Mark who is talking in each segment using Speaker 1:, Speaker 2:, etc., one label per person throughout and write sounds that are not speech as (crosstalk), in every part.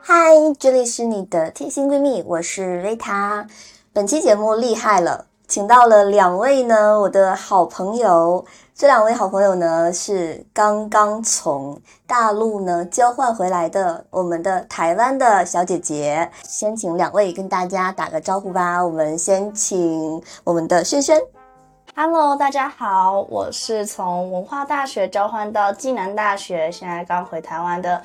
Speaker 1: 嗨，这里是你的贴心闺蜜，我是维塔。本期节目厉害了，请到了两位呢，我的好朋友。这两位好朋友呢是刚刚从大陆呢交换回来的我们的台湾的小姐姐。先请两位跟大家打个招呼吧。我们先请我们的轩轩。
Speaker 2: Hello，大家好，我是从文化大学交换到暨南大学，现在刚回台湾的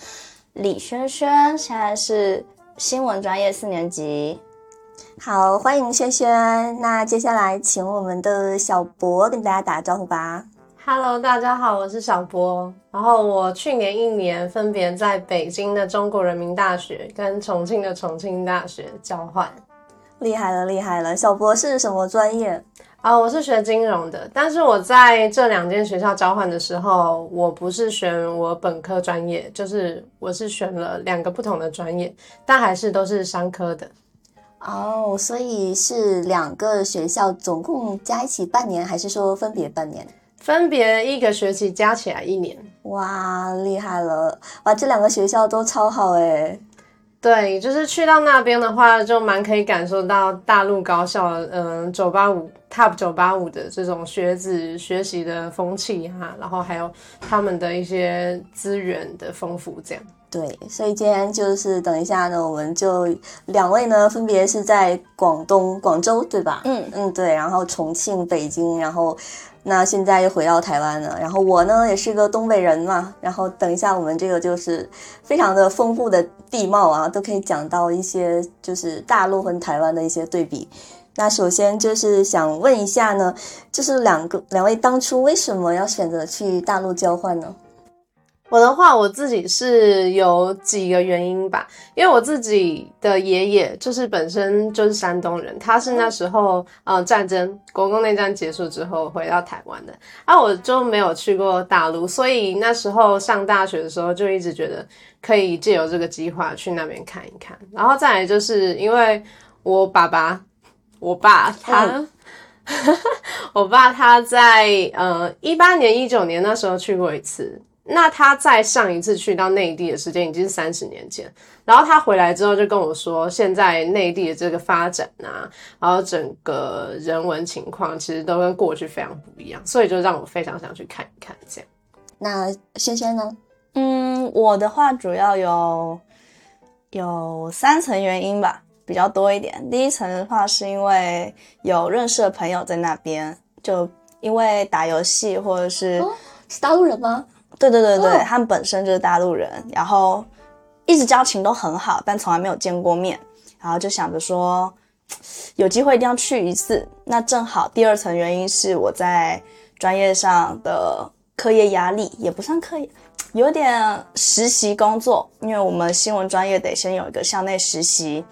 Speaker 2: 李轩轩，现在是新闻专业四年级。
Speaker 1: 好，欢迎轩轩。那接下来请我们的小博跟大家打个招呼吧。
Speaker 3: Hello，大家好，我是小波。然后我去年一年分别在北京的中国人民大学跟重庆的重庆大学交换。
Speaker 1: 厉害了，厉害了！小博是什么专业？
Speaker 3: 啊、我是学金融的，但是我在这两间学校交换的时候，我不是选我本科专业，就是我是选了两个不同的专业，但还是都是商科的。
Speaker 1: 哦，所以是两个学校总共加一起半年，还是说分别半年？
Speaker 3: 分别一个学期加起来一年。
Speaker 1: 哇，厉害了！哇，这两个学校都超好诶。
Speaker 3: 对，就是去到那边的话，就蛮可以感受到大陆高校，嗯，九八五 Top 九八五的这种学子学习的风气啊，然后还有他们的一些资源的丰富，这样。
Speaker 1: 对，所以今天就是等一下呢，我们就两位呢分别是在广东广州，对吧？
Speaker 2: 嗯，
Speaker 1: 嗯，对，然后重庆、北京，然后那现在又回到台湾了。然后我呢也是个东北人嘛，然后等一下我们这个就是非常的丰富的地貌啊，都可以讲到一些就是大陆和台湾的一些对比。那首先就是想问一下呢，就是两个两位当初为什么要选择去大陆交换呢？
Speaker 3: 我的话，我自己是有几个原因吧，因为我自己的爷爷就是本身就是山东人，他是那时候呃战争国共内战结束之后回到台湾的，啊我就没有去过大陆，所以那时候上大学的时候就一直觉得可以借由这个计划去那边看一看，然后再来就是因为我爸爸，我爸他。 (laughs) 我爸他在呃一八年、一九年那时候去过一次，那他在上一次去到内地的时间已经是三十年前，然后他回来之后就跟我说，现在内地的这个发展啊，然后整个人文情况其实都跟过去非常不一样，所以就让我非常想去看一看这样。
Speaker 1: 那轩轩呢？
Speaker 2: 嗯，我的话主要有有三层原因吧，比较多一点。第一层的话是因为有认识的朋友在那边，就因为打游戏或者是、
Speaker 1: 哦是大陆人吗？
Speaker 2: 对对对对，
Speaker 1: 哦
Speaker 2: 他们本身就是大陆人，然后一直交情都很好，但从来没有见过面，然后就想着说有机会一定要去一次。那正好第二层原因是我在专业上的课业压力也不算课业，有点实习工作，因为我们新闻专业得先有一个校内实习，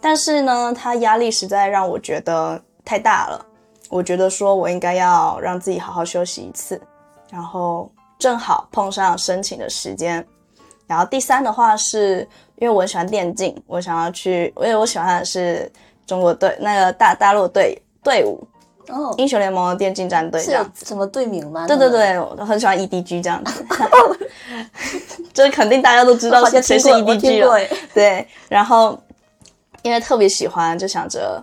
Speaker 2: 但是呢，它压力实在让我觉得太大了。我觉得说我应该要让自己好好休息一次，然后正好碰上申请的时间。然后第三的话是，因为我很喜欢电竞，我想要去，因为我喜欢的是中国队那个大大陆队队伍，
Speaker 1: 哦，
Speaker 2: 英雄联盟的电竞战队
Speaker 1: 是
Speaker 2: 这样
Speaker 1: 有。什么队名吗？
Speaker 2: 对对
Speaker 1: 那个 (laughs)
Speaker 2: 对，我都很喜欢 EDG 这样子， (laughs) 就是肯定大家都知道
Speaker 1: 好像
Speaker 2: 是谁是 E
Speaker 1: 听过我
Speaker 2: EDG
Speaker 1: 听过
Speaker 2: 了。
Speaker 1: 哎
Speaker 2: 对，然后因为特别喜欢，就想着，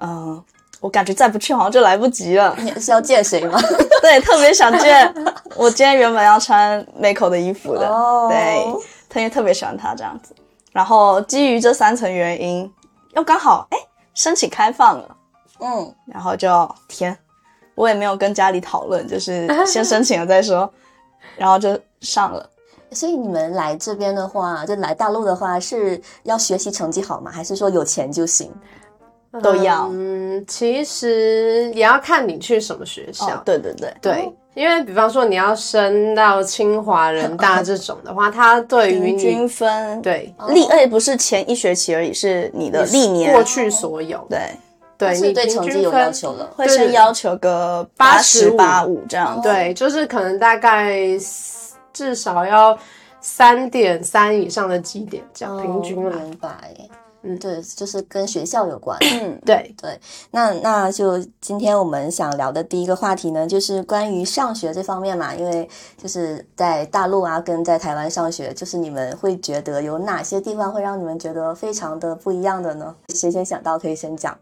Speaker 2: 嗯、我感觉再不去好像就来不及
Speaker 1: (laughs)
Speaker 2: 了。
Speaker 1: 你是要见谁
Speaker 2: (laughs)
Speaker 1: 吗？
Speaker 2: 对，特别想见。我今天原本要穿 Miko 的衣服的，
Speaker 1: 哦
Speaker 2: 对，特别特别喜欢他这样子。然后基于这三层原因，又刚好哎申请开放了，
Speaker 1: 嗯，
Speaker 2: 然后就天，我也没有跟家里讨论，
Speaker 3: (laughs)
Speaker 2: 就是先申请了再说，然后就上了。哦
Speaker 1: 所以你们来这边的话，就来大陆的话，是要学习成绩好吗？还是说有钱就行？
Speaker 2: 都要
Speaker 3: 嗯，其实也要看你去什么学校。
Speaker 2: 哦，对对对
Speaker 3: 对，因为比方说你要升到清华、人大这种的话，它对于
Speaker 2: 哦平
Speaker 3: 你
Speaker 2: 均分
Speaker 3: 对
Speaker 2: 历，哎，不是前一学期而已，是你的历年
Speaker 3: 过去所有，
Speaker 2: 对，
Speaker 3: 对
Speaker 1: 是
Speaker 3: 你
Speaker 1: 对
Speaker 3: 平
Speaker 1: 成绩
Speaker 3: 均
Speaker 1: 有
Speaker 3: 分
Speaker 1: 要求了。
Speaker 2: 会
Speaker 3: 对
Speaker 2: 先
Speaker 3: 对
Speaker 2: 要求个十
Speaker 3: 85
Speaker 2: 八五这样子。
Speaker 3: 对，就是可能大概四
Speaker 2: 哦
Speaker 3: 至少要三点三以上的基点，这样、平均来。嗯
Speaker 1: 明白。对，就是跟学校有关。
Speaker 3: 对，
Speaker 1: 那那就今天我们想聊的第一个话题呢，就是关于上学这方面嘛，因为就是在大陆啊，跟在台湾上学，就是你们会觉得有哪些地方会让你们觉得非常的不一样的呢？谁先想到可以先讲。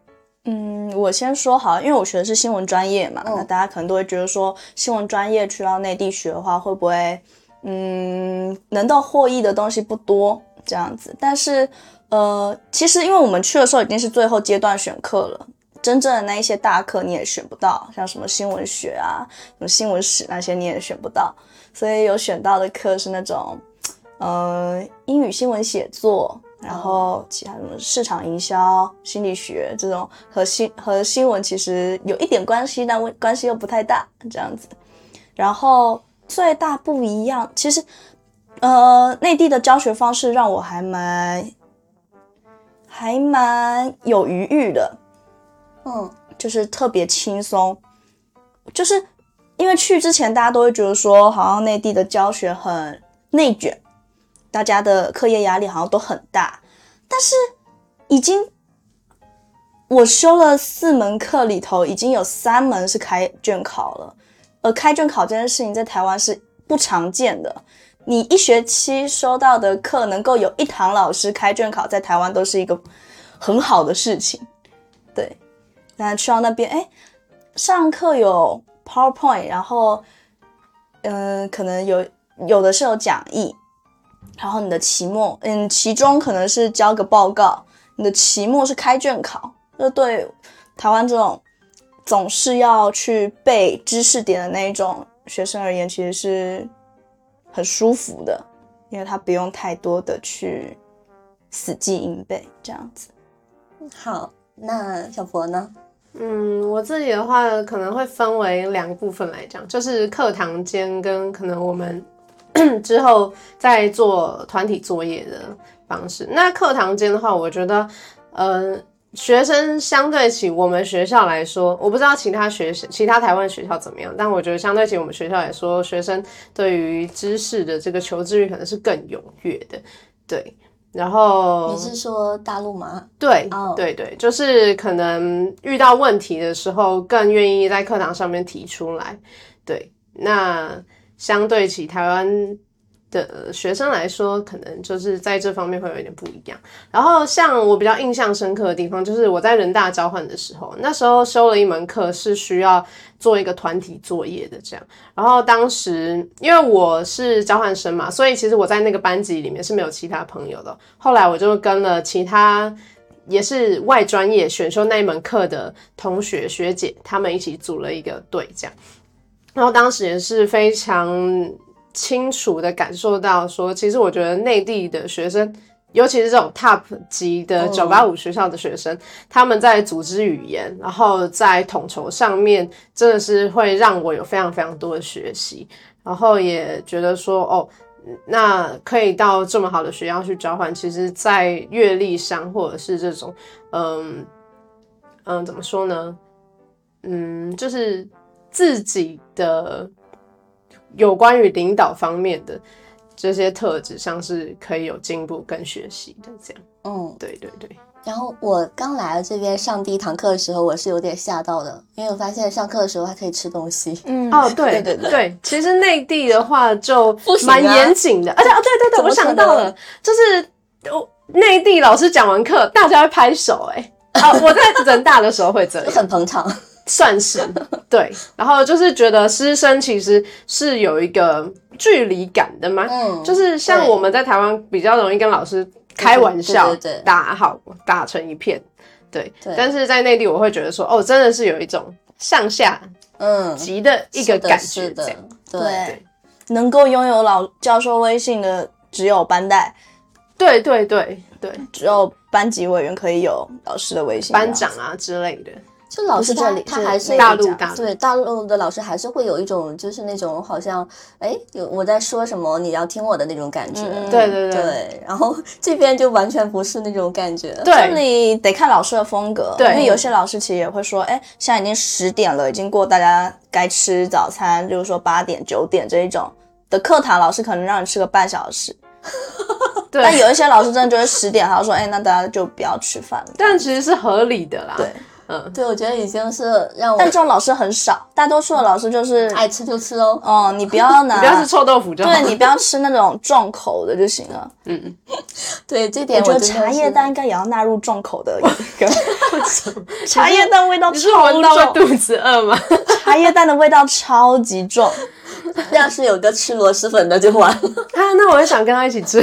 Speaker 2: 嗯，我先说好，因为我学的是新闻专业嘛，
Speaker 3: 哦
Speaker 1: 嗯
Speaker 2: 那大家可能都会觉得说，新闻专业去到内地学的话，会不会，嗯，能够获益的东西不多这样子？但是，呃，其实因为我们去的时候已经是最后阶段选课了，真正的那一些大课你也选不到，像什么新闻学啊、什么新闻史那些你也选不到，所以有选到的课是那种，呃，英语新闻写作，然后其他什么市场营销、心理学这种和新和新闻其实有一点关系，但问关系又不太大这样子。然后最大不一样，其实呃，内地的教学方式让我还蛮还蛮有余裕的，
Speaker 1: 嗯，
Speaker 2: 就是特别轻松，就是因为去之前大家都会觉得说，好像内地的教学很内卷，大家的课业压力好像都很大，但是已经我修了四门课里头，已经有三门是开卷考了，而开卷考这件事情在台湾是不常见的。你一学期收到的课能够有一堂老师开卷考，在台湾都是一个很好的事情。对，那去到那边，哎，上课有 PowerPoint，然后，嗯、可能有有的是有讲义，然后你的期末，嗯，期中可能是交个报告，你的期末是开卷考。就对台湾这种总是要去背知识点的那一种学生而言，其实是很舒服的，因为他不用太多的去死记硬背这样子。
Speaker 1: 好，那小博呢？
Speaker 3: 嗯，我自己的话可能会分为两个部分来讲，就是课堂间跟可能我们 (clears throat) 之后在做团体作业的方式。那课堂间的话，我觉得，呃，学生相对起我们学校来说，我不知道其他学校、其他台湾学校怎么样，但我觉得相对起我们学校来说，学生对于知识的这个求知欲可能是更踊跃的，对。然后
Speaker 1: 你是说大陆吗？
Speaker 3: 对、
Speaker 1: 哦
Speaker 3: 对对，就是可能遇到问题的时候，更愿意在课堂上面提出来。对，那相对起台湾的学生来说，可能就是在这方面会有一点不一样。然后像我比较印象深刻的地方，就是我在人大交换的时候，那时候修了一门课是需要做一个团体作业的这样。然后当时因为我是交换生嘛，所以其实我在那个班级里面是没有其他朋友的。后来我就跟了其他也是外专业选修那一门课的同学学姐，他们一起组了一个队这样。然后当时也是非常清楚的感受到说，其实我觉得内地的学生。尤其是这种 top 级的
Speaker 1: 哦
Speaker 3: 九八五学校的学生他们在组织语言，然后在统筹上面，真的是会让我有非常非常多的学习。然后也觉得说，哦，那可以到这么好的学校去交换，其实，在阅历上或者是这种，嗯嗯，怎么说呢？嗯，就是自己的有关于领导方面的这些特质，像是可以有进步跟学习的这样。
Speaker 1: 嗯，
Speaker 3: 对对对，
Speaker 1: 然后我刚来这边上第一堂课的时候，我是有点吓到的，因为我发现上课的时候还可以吃东西。 (laughs)
Speaker 2: 嗯
Speaker 3: 哦，对
Speaker 2: 对
Speaker 3: 对其实内地的话就
Speaker 1: 不行啊
Speaker 3: 蛮严谨的，而且哦，对对
Speaker 1: 怎
Speaker 3: 对，
Speaker 1: 么
Speaker 3: 我想到了，就是我内地老师讲完课，大家会拍手、
Speaker 1: (laughs)
Speaker 3: 欸，哎，啊，我在人大的时候会这
Speaker 1: 就
Speaker 3: 样，
Speaker 1: 很捧场，
Speaker 3: 算是对，然后就是觉得师生其实是有一个距离感的嘛，
Speaker 1: 嗯，
Speaker 3: 就是像
Speaker 1: 对
Speaker 3: 我们在台湾比较容易跟老师开玩笑，
Speaker 1: 对对对对
Speaker 3: 打好打成一片，对，
Speaker 1: 对
Speaker 3: 但是在内地我会觉得说，哦，真的是有一种上下
Speaker 1: 嗯，
Speaker 3: 级的一个
Speaker 1: 是的
Speaker 3: 感觉，
Speaker 1: 是
Speaker 3: 这样
Speaker 1: 的。，对，
Speaker 2: 能够拥有老教授微信的只有班代，
Speaker 3: 对对对对，
Speaker 2: 只有班级委员可以有老师的微信。
Speaker 3: 班长啊之类的，
Speaker 1: 就老师
Speaker 2: 不是这
Speaker 1: 他
Speaker 2: 里
Speaker 1: 他
Speaker 2: 是
Speaker 1: 还是
Speaker 3: 大陆大陆
Speaker 1: 对大陆的老师还是会有一种就是那种好像哎有我在说什么你要听我的那种感觉，
Speaker 2: 嗯嗯
Speaker 3: 对对对
Speaker 1: 对，然后 (laughs) 这边就完全不是那种感觉，
Speaker 3: 对
Speaker 2: 这里得看老师的风格，
Speaker 3: 对
Speaker 2: 因为有些老师其实也会说，哎，现在已经十点了，已经过大家该吃早餐，就是说八点、九点这一种的课堂，老师可能让你吃个半小时。
Speaker 3: 对
Speaker 2: 但有一些老师真的就会十点，他就说，哎、那大家就不要吃饭了。
Speaker 3: 但其实是合理的啦。
Speaker 2: 对，
Speaker 3: 嗯，
Speaker 1: 对，我觉得已经是让我
Speaker 2: 但这种老师很少，大多数的老师就是，
Speaker 1: (laughs) 爱吃就吃哦。
Speaker 2: 哦，你不要拿，
Speaker 3: 不要吃臭豆腐就好。
Speaker 2: 对你不要吃那种重口的就行了。
Speaker 3: 嗯，
Speaker 1: 对，这点
Speaker 2: 我觉得
Speaker 1: 真的
Speaker 2: 茶叶
Speaker 1: 是
Speaker 2: 蛋应该也要纳入重口的一个。 (laughs) 茶叶蛋味道
Speaker 3: (laughs) 你是闻到
Speaker 2: 超重，
Speaker 3: 肚子饿吗？
Speaker 2: (laughs) 茶叶蛋的味道超级重。
Speaker 1: 要是有个吃螺蛳粉的就完了。 (laughs)
Speaker 3: 啊，那我也想跟他一起吃。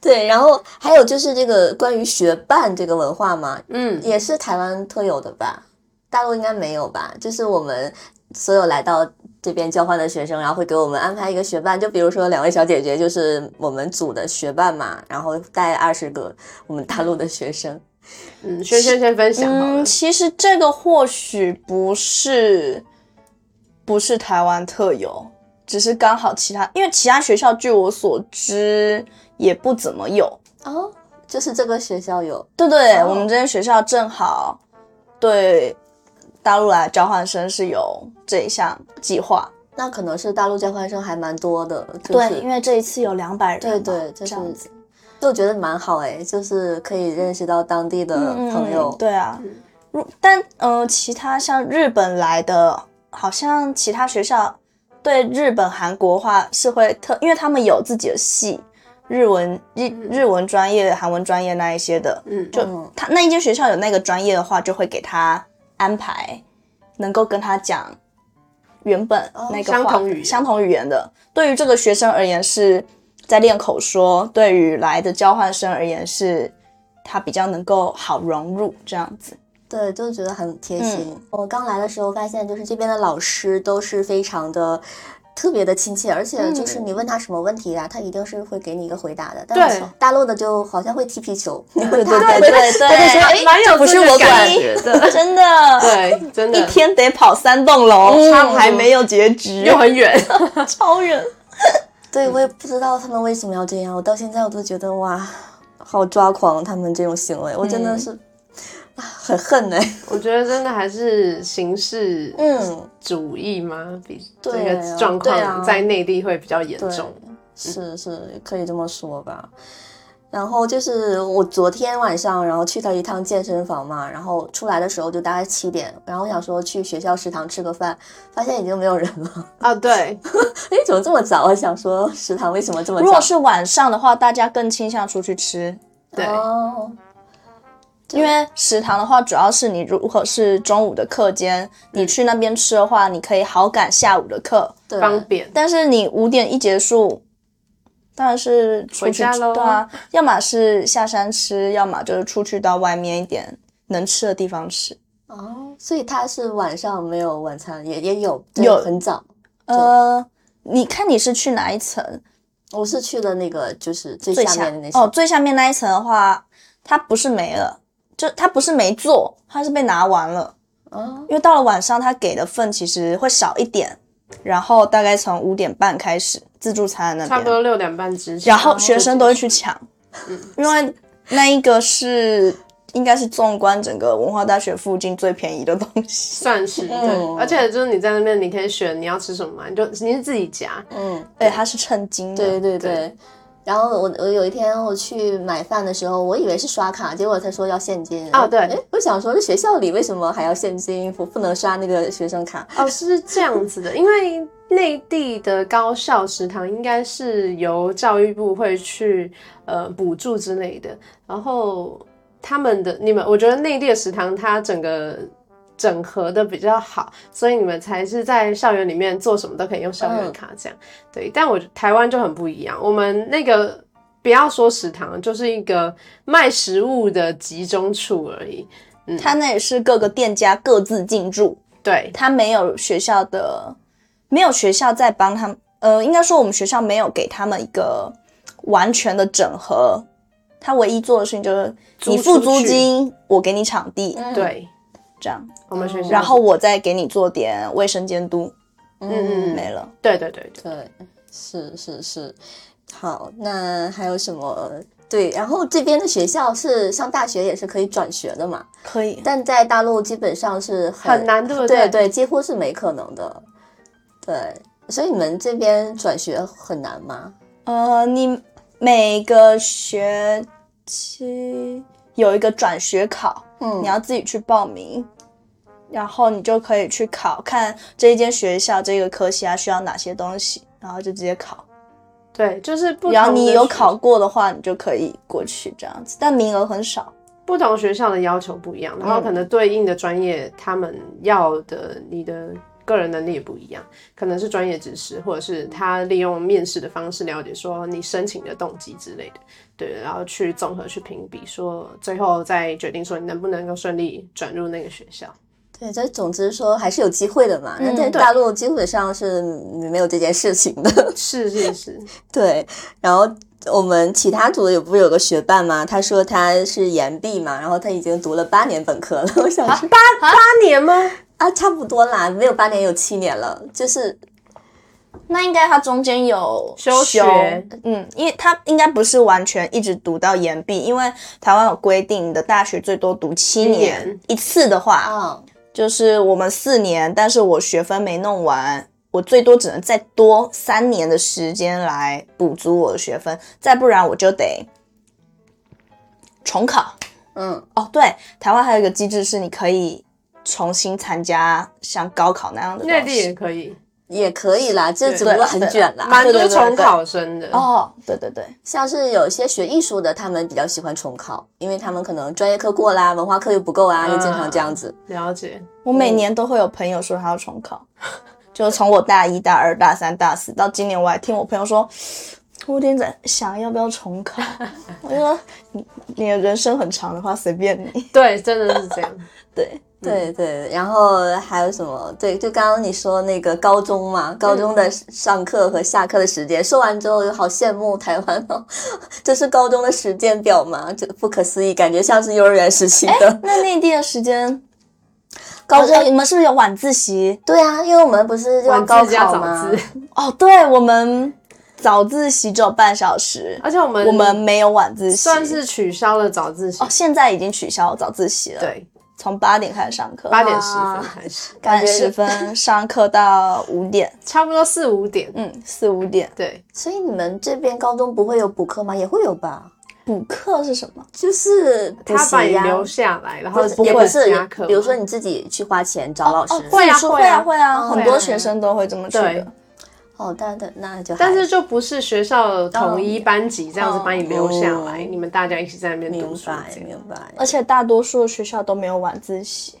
Speaker 1: 对，然后还有就是这个关于学伴这个文化嘛，
Speaker 3: 嗯，
Speaker 1: 也是台湾特有的吧？大陆应该没有吧？就是我们所有来到这边交换的学生，然后会给我们安排一个学伴，就比如说两位小姐姐就是我们组的学伴嘛，然后带二十个我们大陆的学生。
Speaker 3: 嗯，轩轩先分享好了
Speaker 2: 嗯，。其实这个或许不是不是台湾特有，只是刚好其他，因为其他学校据我所知也不怎么有。
Speaker 1: 哦，就是这个学校有
Speaker 2: 对对，
Speaker 1: 哦
Speaker 2: 我们这间学校正好对大陆来交换生是有这一项计划。
Speaker 1: 那可能是大陆交换生还蛮多的，就是、
Speaker 2: 对，因为这一次有两百人
Speaker 1: 对
Speaker 2: 嘛，
Speaker 1: 对，就
Speaker 2: 这
Speaker 1: 是
Speaker 2: 样子，
Speaker 1: 就觉得蛮好哎，就是可以认识到当地的
Speaker 2: 嗯嗯
Speaker 1: 呃朋友。
Speaker 2: 对啊。如但呃，其他像日本来的，好像其他学校对日本、韩国话是会特，因为他们有自己的系，日文日日文专业、韩文专业那一些的，
Speaker 3: 嗯，
Speaker 2: 就
Speaker 1: 嗯
Speaker 2: 他那一间学校有那个专业的话，就会给他安排能够跟他讲原本那个话、
Speaker 3: 哦相同语言
Speaker 2: 相同语言的。对于这个学生而言是在练口说，对于来的交换生而言是他比较能够好融入这样子。
Speaker 3: (laughs)
Speaker 1: 对，就觉得很贴心。我刚来的时候发现，就是这边的老师都是非常的特别的亲切，而且就是你问他什么问题啊，他一定是会给你一个回答的。但是
Speaker 3: 对
Speaker 1: 大陆的就好像会踢皮球， (laughs) 你
Speaker 2: 对
Speaker 1: 问他
Speaker 2: 对对
Speaker 1: 回答
Speaker 2: (laughs) 对
Speaker 1: 他
Speaker 2: 对，
Speaker 1: 就说
Speaker 2: 哎
Speaker 1: 哎
Speaker 3: 蛮有
Speaker 1: 这不是
Speaker 3: 这个
Speaker 1: 我
Speaker 3: 感
Speaker 1: 管。
Speaker 3: 觉的，
Speaker 2: (laughs) 真的，
Speaker 3: (laughs) 对，真
Speaker 2: 一
Speaker 3: 的
Speaker 2: 天得跑三栋楼，
Speaker 3: 嗯
Speaker 2: 还没有结局，
Speaker 3: (laughs) 又很远。
Speaker 2: 超远。
Speaker 1: 对，我也不知道他们为什么要这样，我到现在我都觉得哇，好抓狂，他们这种行为，我真的是、啊很恨哎、
Speaker 3: 我觉得真的还是形式
Speaker 1: 嗯，
Speaker 3: 主义吗？比这
Speaker 1: 对啊
Speaker 3: 个状
Speaker 1: 对啊
Speaker 3: 况在内地会比较严
Speaker 1: 对
Speaker 3: 重。
Speaker 1: 是是，可以这么说吧。然后就是我昨天晚上，然后去了一趟健身房嘛，然后出来的时候就大概七点，然后我想说去学校食堂吃个饭，发现已经没有人了。 (laughs)
Speaker 3: 啊，对，
Speaker 1: 哎，怎么这么早啊？想说食堂为什么这么
Speaker 2: 如果
Speaker 1: 早？
Speaker 2: 是晚上的话，大家更倾向出去吃，
Speaker 3: 对
Speaker 1: 哦，
Speaker 2: 因为食堂的话，主要是你如果是中午的课间，你去那边吃的话，你可以好赶下午的课。
Speaker 1: 对，
Speaker 3: 方便。
Speaker 2: 但是你五点一结束，当然是出
Speaker 3: 回
Speaker 2: 去
Speaker 3: 家
Speaker 2: 吃
Speaker 3: 喽
Speaker 2: 对啊，要么是下山吃，要么就是出去到外面一点能吃的地方吃。
Speaker 1: 哦，所以他是晚上没有晚餐，也也有，对
Speaker 2: 有
Speaker 1: 很早。
Speaker 2: 呃，你看你是去哪一层？
Speaker 1: 我是去的那个就是最
Speaker 2: 最
Speaker 1: 下
Speaker 2: 下
Speaker 1: 面的那
Speaker 2: 哦，
Speaker 1: 层，
Speaker 2: 最下面那一层的话，它不是没了，就它不是没做，它是被拿完了。
Speaker 1: 哦，
Speaker 2: 因为到了晚上，他给的份其实会少一点，然后大概从五点半开始自助餐那边，
Speaker 3: 差不多六点半之前，
Speaker 2: 然后学生都会
Speaker 3: 就
Speaker 2: 去抢，因为那一个是应该是纵观整个文化大学附近最便宜的东西。
Speaker 3: 算是
Speaker 1: 嗯
Speaker 3: 对，而且就是你在那边，你可以选你要吃什么嘛，你就你是自己夹，
Speaker 1: 嗯，
Speaker 2: 对，它是称斤的。
Speaker 1: 对对
Speaker 3: 对
Speaker 1: 对。然后我我有一天我去买饭的时候，我以为是刷卡，结果他说要现金。
Speaker 3: 哦对
Speaker 1: 哎，我想说这学校里为什么还要现金，不不能刷那个学生卡？
Speaker 3: 哦，是这样子的，因为内地的高校食堂应该是由教育部会去呃补助之类的，然后他们的你们，我觉得内地的食堂它整个。整合的比较好，所以你们才是在校园里面做什么都可以用校
Speaker 2: 嗯
Speaker 3: 园卡这样。对，但我台湾就很不一样，我们那个不要说食堂，就是一个卖食物的集中处而已。
Speaker 2: 它那也是各个店家各自进驻，
Speaker 3: 对，
Speaker 2: 它没有学校的，没有学校在帮他们。呃，应该说我们学校没有给他们一个完全的整合，他唯一做的事情就是
Speaker 3: 租
Speaker 2: 你付租
Speaker 3: 出去
Speaker 2: 金，我给你场地，
Speaker 1: 嗯，
Speaker 3: 对，
Speaker 2: 这样，
Speaker 3: 我们学校，
Speaker 2: 嗯然后我再给你做点卫生监督，
Speaker 1: 嗯
Speaker 3: 嗯
Speaker 2: 没了。
Speaker 3: 对对对对，
Speaker 1: 对，是是是。好，那还有什么？对，然后这边的学校是上大学也是可以转学的嘛，
Speaker 2: 可以，
Speaker 1: 但在大陆基本上是
Speaker 3: 很难，对不
Speaker 1: 对
Speaker 3: 对？
Speaker 1: 对，几乎是没可能的。对，所以你们这边转学很难吗？
Speaker 2: 呃，你每个学期有一个转学考，
Speaker 1: 嗯
Speaker 2: 你要自己去报名，然后你就可以去考，看这一间学校这个科系它需要哪些东西，然后就直接考。
Speaker 3: 对，就是不同
Speaker 2: 然后你
Speaker 3: 的
Speaker 2: 有
Speaker 3: 学
Speaker 2: 考过的话，你就可以过去这样子，但名额很少。
Speaker 3: 不同学校的要求不一样，然后可能对应的专业，他们要的你的个人能力也不一样，可能是专业知识，或者是他利用面试的方式了解说你申请的动机之类的，对，然后去综合去评比，说最后再决定说你能不能够顺利转入那个学
Speaker 2: (laughs)
Speaker 3: 校。
Speaker 1: 对，这总之说还是有机会的嘛。那、
Speaker 2: 嗯
Speaker 1: 在
Speaker 3: 对
Speaker 1: 大陆基本上是没有这件事情的。 (laughs)
Speaker 3: 是是是，
Speaker 1: 对，然后我们其他组也不是有个学伴吗？他说他是延毕嘛，然后他已经读了八年本科了。我想说
Speaker 3: 八年吗？
Speaker 1: 啊，差不多啦，没有八年有七年了，就是
Speaker 2: 那应该它中间有
Speaker 3: 休学
Speaker 2: 嗯，因为它应该不是完全一直读到研毕，因为台湾有规定的大学最多读七
Speaker 3: 七
Speaker 2: 年，哦
Speaker 3: 年
Speaker 2: 一次的话，
Speaker 1: 啊，
Speaker 2: 就是我们四年，但是我学分没弄完，我最多只能再多三年的时间来补足我的学分，再不然我就得重考。
Speaker 1: 嗯
Speaker 2: 哦，对，台湾还有一个机制是你可以重新参加像高考那样的
Speaker 3: 内
Speaker 2: 东
Speaker 3: 地
Speaker 2: 西
Speaker 3: 也。可以，
Speaker 1: 也可以啦，这
Speaker 3: 对
Speaker 1: 只不过
Speaker 2: 对
Speaker 1: 很
Speaker 2: (laughs) 对啊
Speaker 1: 卷啦。
Speaker 3: 蛮
Speaker 2: 对
Speaker 3: 多
Speaker 2: 对对
Speaker 3: 重考生的。
Speaker 2: 哦，对对对，
Speaker 1: 像是有些学艺术的，他们比较喜欢重考，因为他们可能专业课过啦，文化课又不够啊，就经常这样子。
Speaker 3: 了解，
Speaker 2: 我每年都会有朋友说他要重考，就从我大一、大二、大三、大四到今年，我还听我朋友说，我有点在想要不要重考。我就说你你的人生很长的话，随便你。
Speaker 3: 对，真的是这
Speaker 2: (laughs)
Speaker 3: 样。
Speaker 2: 对，
Speaker 3: 嗯
Speaker 1: 对对，然后还有什么？对，就刚刚你说那个高中嘛，
Speaker 3: 嗯
Speaker 1: 高中的上课和下课的时间，说完之后就好羡慕台湾哦， (laughs) 这是高中的时间表吗？这不可思议，感觉像是幼儿园时期
Speaker 3: (laughs)
Speaker 1: 的。
Speaker 2: 那内地的时间，
Speaker 1: 高
Speaker 2: 哦哎
Speaker 1: 中
Speaker 2: 你们是不是有晚自习？
Speaker 1: 对啊，因为我们不是就要
Speaker 3: 晚
Speaker 1: 高
Speaker 3: 自加
Speaker 1: 考
Speaker 3: 早
Speaker 1: 吗
Speaker 3: 自？，
Speaker 2: 哦，对，我们早自习只有半小时，
Speaker 3: 而且我们
Speaker 2: 我们没有晚自习，
Speaker 3: 算是取消了早自习
Speaker 2: 哦，，现在已经取消早自习了，，
Speaker 3: 对，
Speaker 2: 从八点开始上课，
Speaker 3: 八点十
Speaker 1: 哇
Speaker 3: 分开始。
Speaker 2: 八
Speaker 1: 感
Speaker 2: 点
Speaker 1: 觉
Speaker 2: 十分上课到五点，
Speaker 3: 差不多四五点。
Speaker 2: 嗯，四五点。
Speaker 3: 对，
Speaker 1: 所以你们这边高中不会有补课吗？也会有吧？
Speaker 2: 补课是什么？
Speaker 1: 就是补
Speaker 3: 他把
Speaker 1: 习
Speaker 3: 你
Speaker 1: 呀、
Speaker 3: 留下来，然后
Speaker 1: 不也不
Speaker 3: 会
Speaker 1: 是
Speaker 3: 加课，，
Speaker 1: 比如说你自己去花钱找老师。
Speaker 3: 会啊
Speaker 2: 说
Speaker 3: 会
Speaker 2: 会
Speaker 3: 啊
Speaker 2: 会啊，
Speaker 1: 哦
Speaker 2: 很
Speaker 3: 会啊
Speaker 2: 多学生都会这么去
Speaker 3: 对
Speaker 2: 的。
Speaker 1: 哦，但但那就还
Speaker 3: 但是就不是学校统一班级这样子
Speaker 2: 哦
Speaker 3: 把你留下来，
Speaker 1: 哦
Speaker 3: 你们大家一起在那边读
Speaker 1: 明
Speaker 3: 书
Speaker 1: 白
Speaker 3: 这样，
Speaker 1: 明白。
Speaker 2: 而且大多数学校都没有晚自习，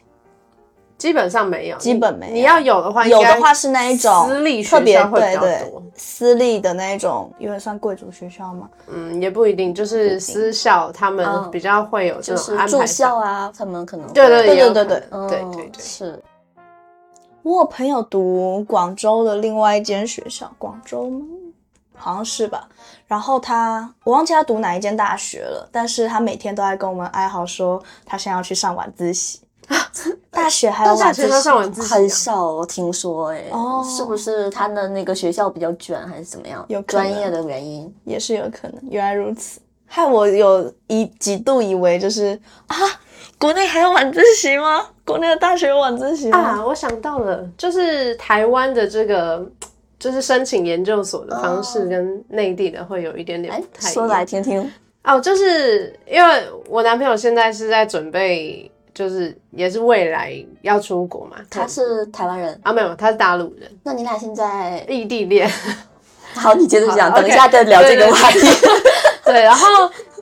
Speaker 3: 基本上没有，
Speaker 2: 基本没有
Speaker 3: 你要有的话，
Speaker 2: 有的话是那一种
Speaker 3: 私立学
Speaker 2: 特别
Speaker 3: 校会比
Speaker 2: 对
Speaker 3: 较
Speaker 2: 对
Speaker 3: 多，
Speaker 2: 私立的那一种，有点算贵族学校嘛。
Speaker 3: 嗯，也不一定，就是私校他们
Speaker 1: 嗯
Speaker 3: 比较会有
Speaker 1: 就
Speaker 3: 这种
Speaker 1: 是
Speaker 3: 安
Speaker 1: 住
Speaker 3: 排
Speaker 1: 校
Speaker 3: 上。
Speaker 1: 啊，他们可能
Speaker 3: 对
Speaker 1: 会
Speaker 3: 对也有
Speaker 2: 对
Speaker 3: 可
Speaker 2: 对对
Speaker 3: 能
Speaker 1: 哦
Speaker 3: 对对对，
Speaker 1: 是
Speaker 2: 我有朋友读广州的另外一间学校，广州吗？好像是吧。然后他，我忘记他读哪一间大学了，但是他每天都在跟我们哀嚎说，他现在要去上晚自习。大学还有
Speaker 3: 大
Speaker 2: 晚自
Speaker 3: 啊学
Speaker 2: 习
Speaker 3: 生上
Speaker 2: 吗？
Speaker 3: 晚自习
Speaker 1: 很
Speaker 3: 啊
Speaker 1: 少听说哎，
Speaker 2: 哦
Speaker 1: 是不是他的那个学校比较卷还是怎么样？
Speaker 2: 有可
Speaker 1: 专
Speaker 2: 能
Speaker 1: 业的原因，
Speaker 2: 也是有可能。原来如此，害我有一几度以为就是啊，国内还有晚自习吗？国内的大学有晚自习吗？
Speaker 3: 啊，我想到了，就是台湾的这个。就是申请研究所的方式
Speaker 1: 哦
Speaker 3: 跟内地的会有一点点
Speaker 1: 哎
Speaker 3: 不，太一
Speaker 1: 说
Speaker 3: 样。
Speaker 1: 来听听。
Speaker 3: 哦，就是因为我男朋友现在是在准备，就是也是未来要出国嘛。
Speaker 1: 他
Speaker 3: 对
Speaker 1: 是台湾人，
Speaker 3: 啊，没有，他是大陆
Speaker 1: (laughs)
Speaker 3: 人，
Speaker 1: 那你俩现
Speaker 3: (laughs)
Speaker 1: 在
Speaker 3: 异地恋。
Speaker 1: 好，你接着讲，
Speaker 3: 好
Speaker 1: 等一
Speaker 3: OK，
Speaker 1: 下再聊这
Speaker 3: 对
Speaker 1: 个
Speaker 3: 对
Speaker 1: 话题。
Speaker 3: (laughs) 对，然后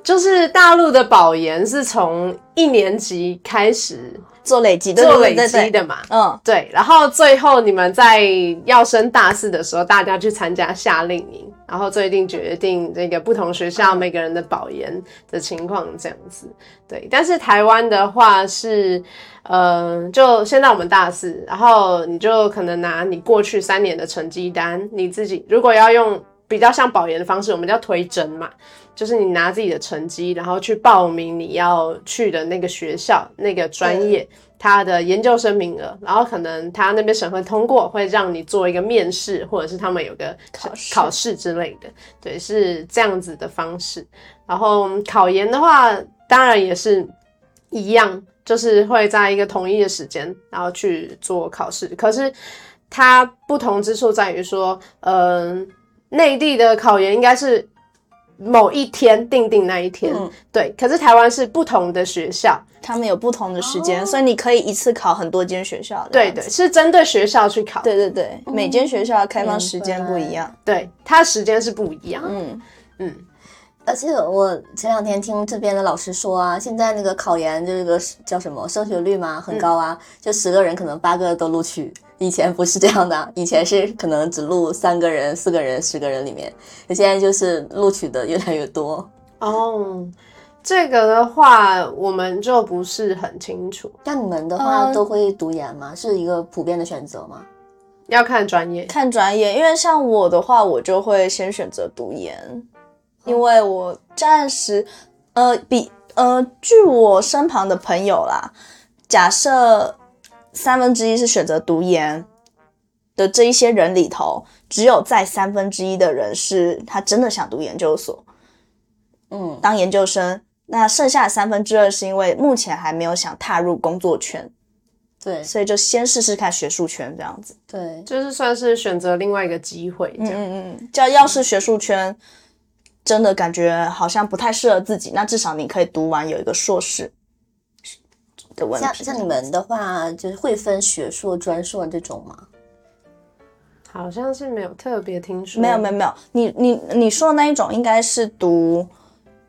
Speaker 3: 就是大陆的保研是从一年级开始
Speaker 2: 做累积，对
Speaker 3: 做累
Speaker 2: 对对
Speaker 3: 积
Speaker 2: 对对
Speaker 3: 的嘛。
Speaker 2: 嗯，
Speaker 3: 对，然后最后你们在要升大四的时候，大家去参加夏令营，然后最定决定这个不同学校每个人的保研的情况这样子。对，但是台湾的话是，呃，就现在我们大四，然后你就可能拿你过去三年的成绩单，你自己如果要用比较像保研的方式，我们叫推甄嘛，就是你拿自己的成绩，然后去报名你要去的那个学校、那个专业，它的研究生名额，然后可能他那边审核通过，会让你做一个面试，或者是他们有个
Speaker 2: 考试
Speaker 3: 考试之类的，对，是这样子的方式。然后考研的话，当然也是一样，就是会在一个统一的时间，然后去做考试。可是它呃不同之处在于说，嗯、内地的考研应该是某一天定定那一天，
Speaker 1: 嗯
Speaker 3: 对。可是台湾是不同的学校，
Speaker 2: 他们有不同的时间，
Speaker 1: 哦
Speaker 2: 所以你可以一次考很多间学校。这
Speaker 3: 对
Speaker 2: 样
Speaker 3: 对，
Speaker 2: 子
Speaker 3: 是针对学校去考，
Speaker 2: 对对对，每间学校开放时间
Speaker 1: 明白
Speaker 2: 不一样。
Speaker 3: 对，它时间是不一样。
Speaker 2: 嗯，
Speaker 3: 嗯，
Speaker 1: 而且我前两天听这边的老师说啊，现在那个考研这个是叫什么升学率嘛，很高啊，就十个人可能八个都录取。以前不是这样的啊，以前是可能只录三个人、四个人、十个人里面，那现在就是录取的越来越多。
Speaker 3: 哦，这个的话我们就不是很清楚，
Speaker 1: 像你们的话
Speaker 2: 呃
Speaker 1: 都会读研吗？是一个普遍的选择吗？
Speaker 3: 要看专业。
Speaker 2: 看专业，因为像我的话，我就会先选择读研，因为我暂时，呃，比呃，据我身旁的朋友啦，假设三分之一是选择读研的这一些人里头，只有在三分之一的人是他真的想读研究所，
Speaker 1: 嗯，
Speaker 2: 当研究生，那剩下的三分之二是因为目前还没有想踏入工作圈，
Speaker 1: 对
Speaker 2: 所以就先试试看学术圈这样子。
Speaker 1: 对，
Speaker 3: 就是算是选择另外一个机会这
Speaker 2: 嗯
Speaker 3: 样。
Speaker 2: 嗯嗯，叫要是学术圈真的感觉好像不太适合自己，那至少你可以读完有一个硕士的文
Speaker 1: 像
Speaker 2: 凭。
Speaker 1: 像你们的话，就是会分学硕、专硕这种吗？
Speaker 3: 好像是没有特别听说，
Speaker 2: 没有没有没有，你你你说的那一种应该是读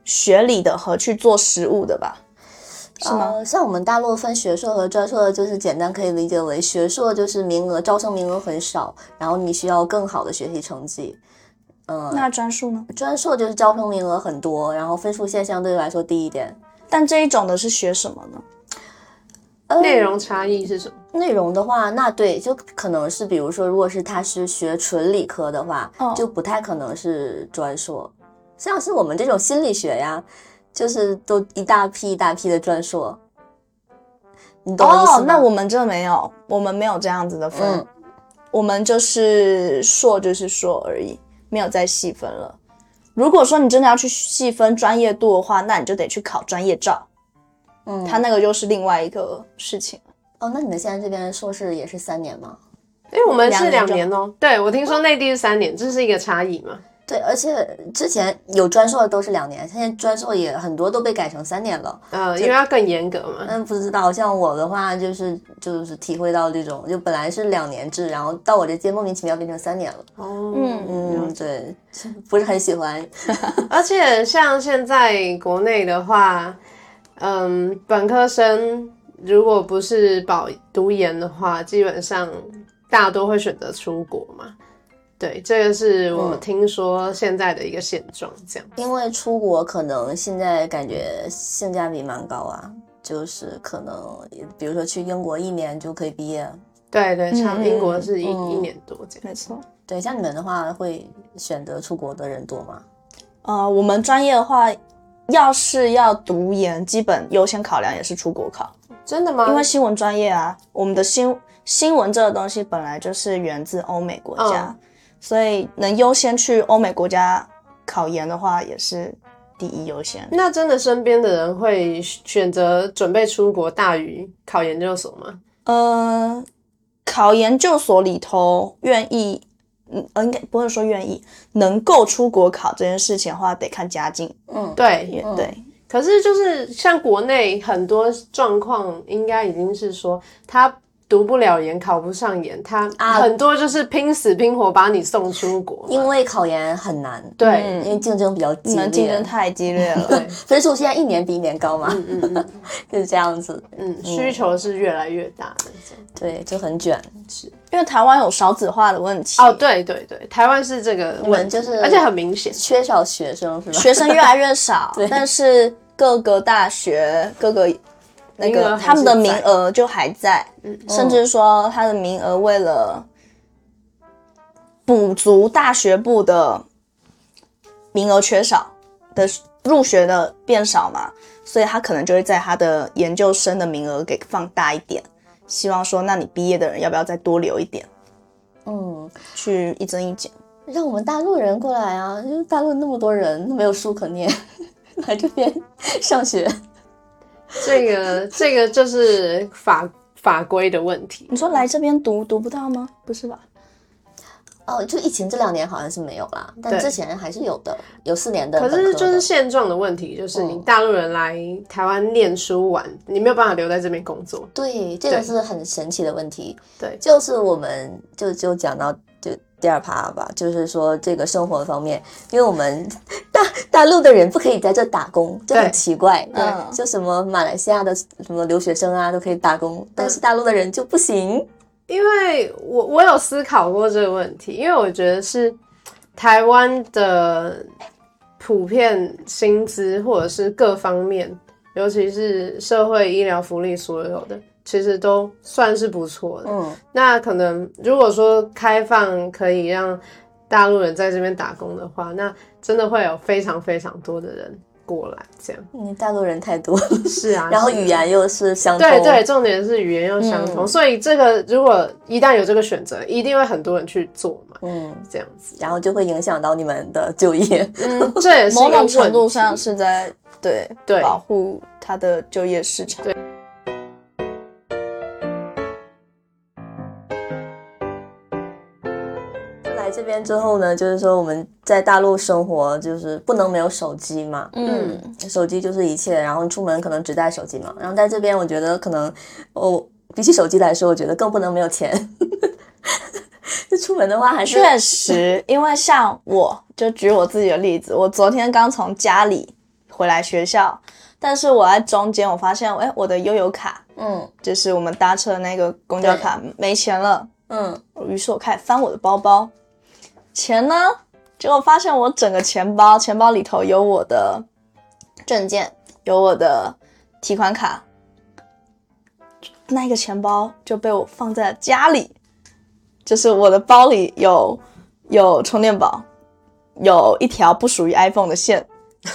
Speaker 2: 学理的和去做实务的吧？是吗？
Speaker 1: 呃像我们大陆分学硕和专硕，就是简单可以理解为学硕就是名额招生名额很少，然后你需要更好的学习成绩。嗯、
Speaker 2: 那专硕呢？
Speaker 1: 专硕就是招生名额很多，然后分数线相对来说低一点。
Speaker 2: 但这一种的是学什么呢？
Speaker 1: 呃
Speaker 3: 内容差异是什么？
Speaker 1: 内容的话，那对，就可能是比如说，如果是他是学纯理科的话，
Speaker 2: 哦
Speaker 1: 就不太可能是专硕。像是我们这种心理学呀，就是都一大批一大批的专硕，你懂我意思吗？
Speaker 2: 哦，那我们这没有，我们没有这样子的分，
Speaker 1: 嗯
Speaker 2: 我们就是硕就是硕而已，没有再细分了。如果说你真的要去细分专业度的话，那你就得去考专业照，
Speaker 1: 嗯，
Speaker 2: 它那个又是另外一个事情。
Speaker 1: 哦，那你们现在这边硕士也是三年吗？
Speaker 3: 哎、我们是
Speaker 2: 两
Speaker 3: 两
Speaker 2: 年
Speaker 3: 年哦、对，我听说内地是三年，这是一个差异嘛？
Speaker 1: 对，而且之前有专硕的都是两年，现在专硕也很多都被改成三年了。
Speaker 3: 呃，因为要更严格嘛。
Speaker 1: 嗯，不知道，像我的话就是就是体会到这种，就本来是两年制，然后到我这届莫名其妙变成三年了。
Speaker 3: 哦，
Speaker 2: 嗯
Speaker 1: 嗯，对，不是很喜欢。
Speaker 3: (laughs) 而且像现在国内的话，嗯，本科生如果不是保读研的话，基本上大多会选择出国嘛。对，这个是我
Speaker 1: 嗯
Speaker 3: 听说现在的一个现状，这样。
Speaker 1: 因为出国可能现在感觉性价比蛮高啊，就是可能比如说去英国一年就可以毕业。
Speaker 3: 对对，像
Speaker 2: 嗯
Speaker 3: 英国是一、
Speaker 1: 嗯
Speaker 3: 一年多这样。
Speaker 2: 没错。
Speaker 1: 对，像你们的话，会选择出国的人多吗？
Speaker 2: 呃，我们专业的话，要是要读研，基本优先考量也是出国考。
Speaker 3: 真的吗？
Speaker 2: 因为新闻专业啊，我们的新新闻这个东西本来就是源自欧美国家，
Speaker 3: 嗯
Speaker 2: 所以能优先去欧美国家考研的话，也是第一优先。
Speaker 3: 那真的身边的人会选择准备出国大于考研究所吗？
Speaker 2: 呃，考研究所里头愿意，嗯，呃应该不是说愿意，能够出国考这件事情的话，得看家境。
Speaker 1: 嗯，
Speaker 3: 对，
Speaker 2: 也
Speaker 1: 嗯
Speaker 2: 对，
Speaker 3: 可是就是像国内很多状况，应该已经是说他读不了研，考不上研，他
Speaker 1: 啊
Speaker 3: 很多就是拼死拼活把你送出国。
Speaker 1: 因为嗯考研很难，
Speaker 3: 对，
Speaker 1: 因为竞争比较激烈，
Speaker 2: 你们嗯竞争太激
Speaker 1: (laughs)
Speaker 2: 烈了。
Speaker 3: 对，
Speaker 1: 分数现在一年比一年高嘛，
Speaker 3: 嗯嗯嗯
Speaker 1: (laughs) 就是这样子， (laughs)
Speaker 3: 嗯，需求是越来越大的这样。
Speaker 1: 对，就很卷。
Speaker 2: 因为台湾有少子化的问题，
Speaker 3: 哦，对对对，台湾是这个
Speaker 1: 你
Speaker 3: 问
Speaker 1: 们
Speaker 3: 题，
Speaker 1: 就是
Speaker 3: 而且很明显。
Speaker 1: 缺少学生是吧？
Speaker 2: 学生越来越
Speaker 1: (laughs)
Speaker 2: 少
Speaker 1: 对，
Speaker 2: 但是各个大学、各个那
Speaker 3: 名额
Speaker 2: 个
Speaker 3: 还是
Speaker 2: 他们的名额就还在，甚至说他的名额为了补足大学部的名额缺少的入学的变少嘛，所以他可能就会在他的研究生的名额给放大一点，希望说，那你毕业的人要不要再多留一点，
Speaker 1: 嗯，
Speaker 2: 去一增一减。
Speaker 1: 让我们大陆人过来啊，因为大陆那么多人，没有书可念， (laughs) 来这边上学。
Speaker 3: 这个这个就是法法规的问题
Speaker 2: 你。说来这边读读不到吗？不是吧？
Speaker 1: 哦，就疫情这两年好像是没有啦，但
Speaker 3: 对
Speaker 1: 之前还是有的，有四年的
Speaker 3: 可
Speaker 1: 本科
Speaker 3: 是
Speaker 1: 的。哦
Speaker 3: 就是现状的问题，就是你大陆人来台湾念书玩，你没有办法留在这边工作。
Speaker 1: 对，这个
Speaker 3: 对
Speaker 1: 是很神奇的问题。
Speaker 3: 对
Speaker 1: 就是我们就就讲到就第二趴吧，就是说这个生活方面，因为我们大大陆的人不可以在这打工，就很
Speaker 3: 对
Speaker 1: 奇怪。
Speaker 2: 对
Speaker 1: 嗯就什么马来西亚的什么留学生啊都可以打工，但是大陆的人就不行。
Speaker 3: 因为我我有思考过这个问题，因为我觉得是台湾的普遍薪资或者是各方面，尤其是社会医疗福利所有的，其实都算是不错的。
Speaker 1: 嗯，
Speaker 3: 那可能如果说开放可以让大陆人在这边打工的话，那真的会有非常非常多的人过来这样。
Speaker 1: 你大陆人太多，
Speaker 3: (laughs) 是啊，
Speaker 1: 然后
Speaker 3: 是啊
Speaker 1: 语言又是相通。
Speaker 3: 对对，，重点是语言要相
Speaker 1: 哦
Speaker 3: 同，
Speaker 1: 嗯
Speaker 3: 所以这个如果一旦有这个选择，一定会很多人去做嘛，
Speaker 1: 嗯，
Speaker 3: 这样子。
Speaker 1: 然后就会影响到你们的就业。
Speaker 3: 嗯，这也是一
Speaker 2: 某
Speaker 3: 个
Speaker 2: 种程度
Speaker 3: 问题
Speaker 2: 上是在对
Speaker 3: 对
Speaker 2: 保护它的就业市场。
Speaker 3: 对
Speaker 1: 来这边之后呢，就是说我们在大陆生活，就是不能没有手机嘛。
Speaker 2: 嗯，
Speaker 1: 手机就是一切，然后出门可能只带手机嘛。然后在这边，我觉得可能哦，比起手机来说，我觉得更不能没有钱。 (laughs) 就出门的话，还是
Speaker 2: 确实，因为像我就举我自己的例子，我昨天刚从家里回来学校，但是我在中间我发现，哎，我的悠游卡
Speaker 1: 嗯
Speaker 2: 就是我们搭车的那个公交卡没钱了，
Speaker 1: 嗯，
Speaker 2: 于是我开始翻我的包包，钱呢，结果发现我整个钱包钱包里头有我的证件，有我的提款卡，那个钱包就被我放在家里，就是我的包里有有充电宝，有一条不属于 iPhone 的线，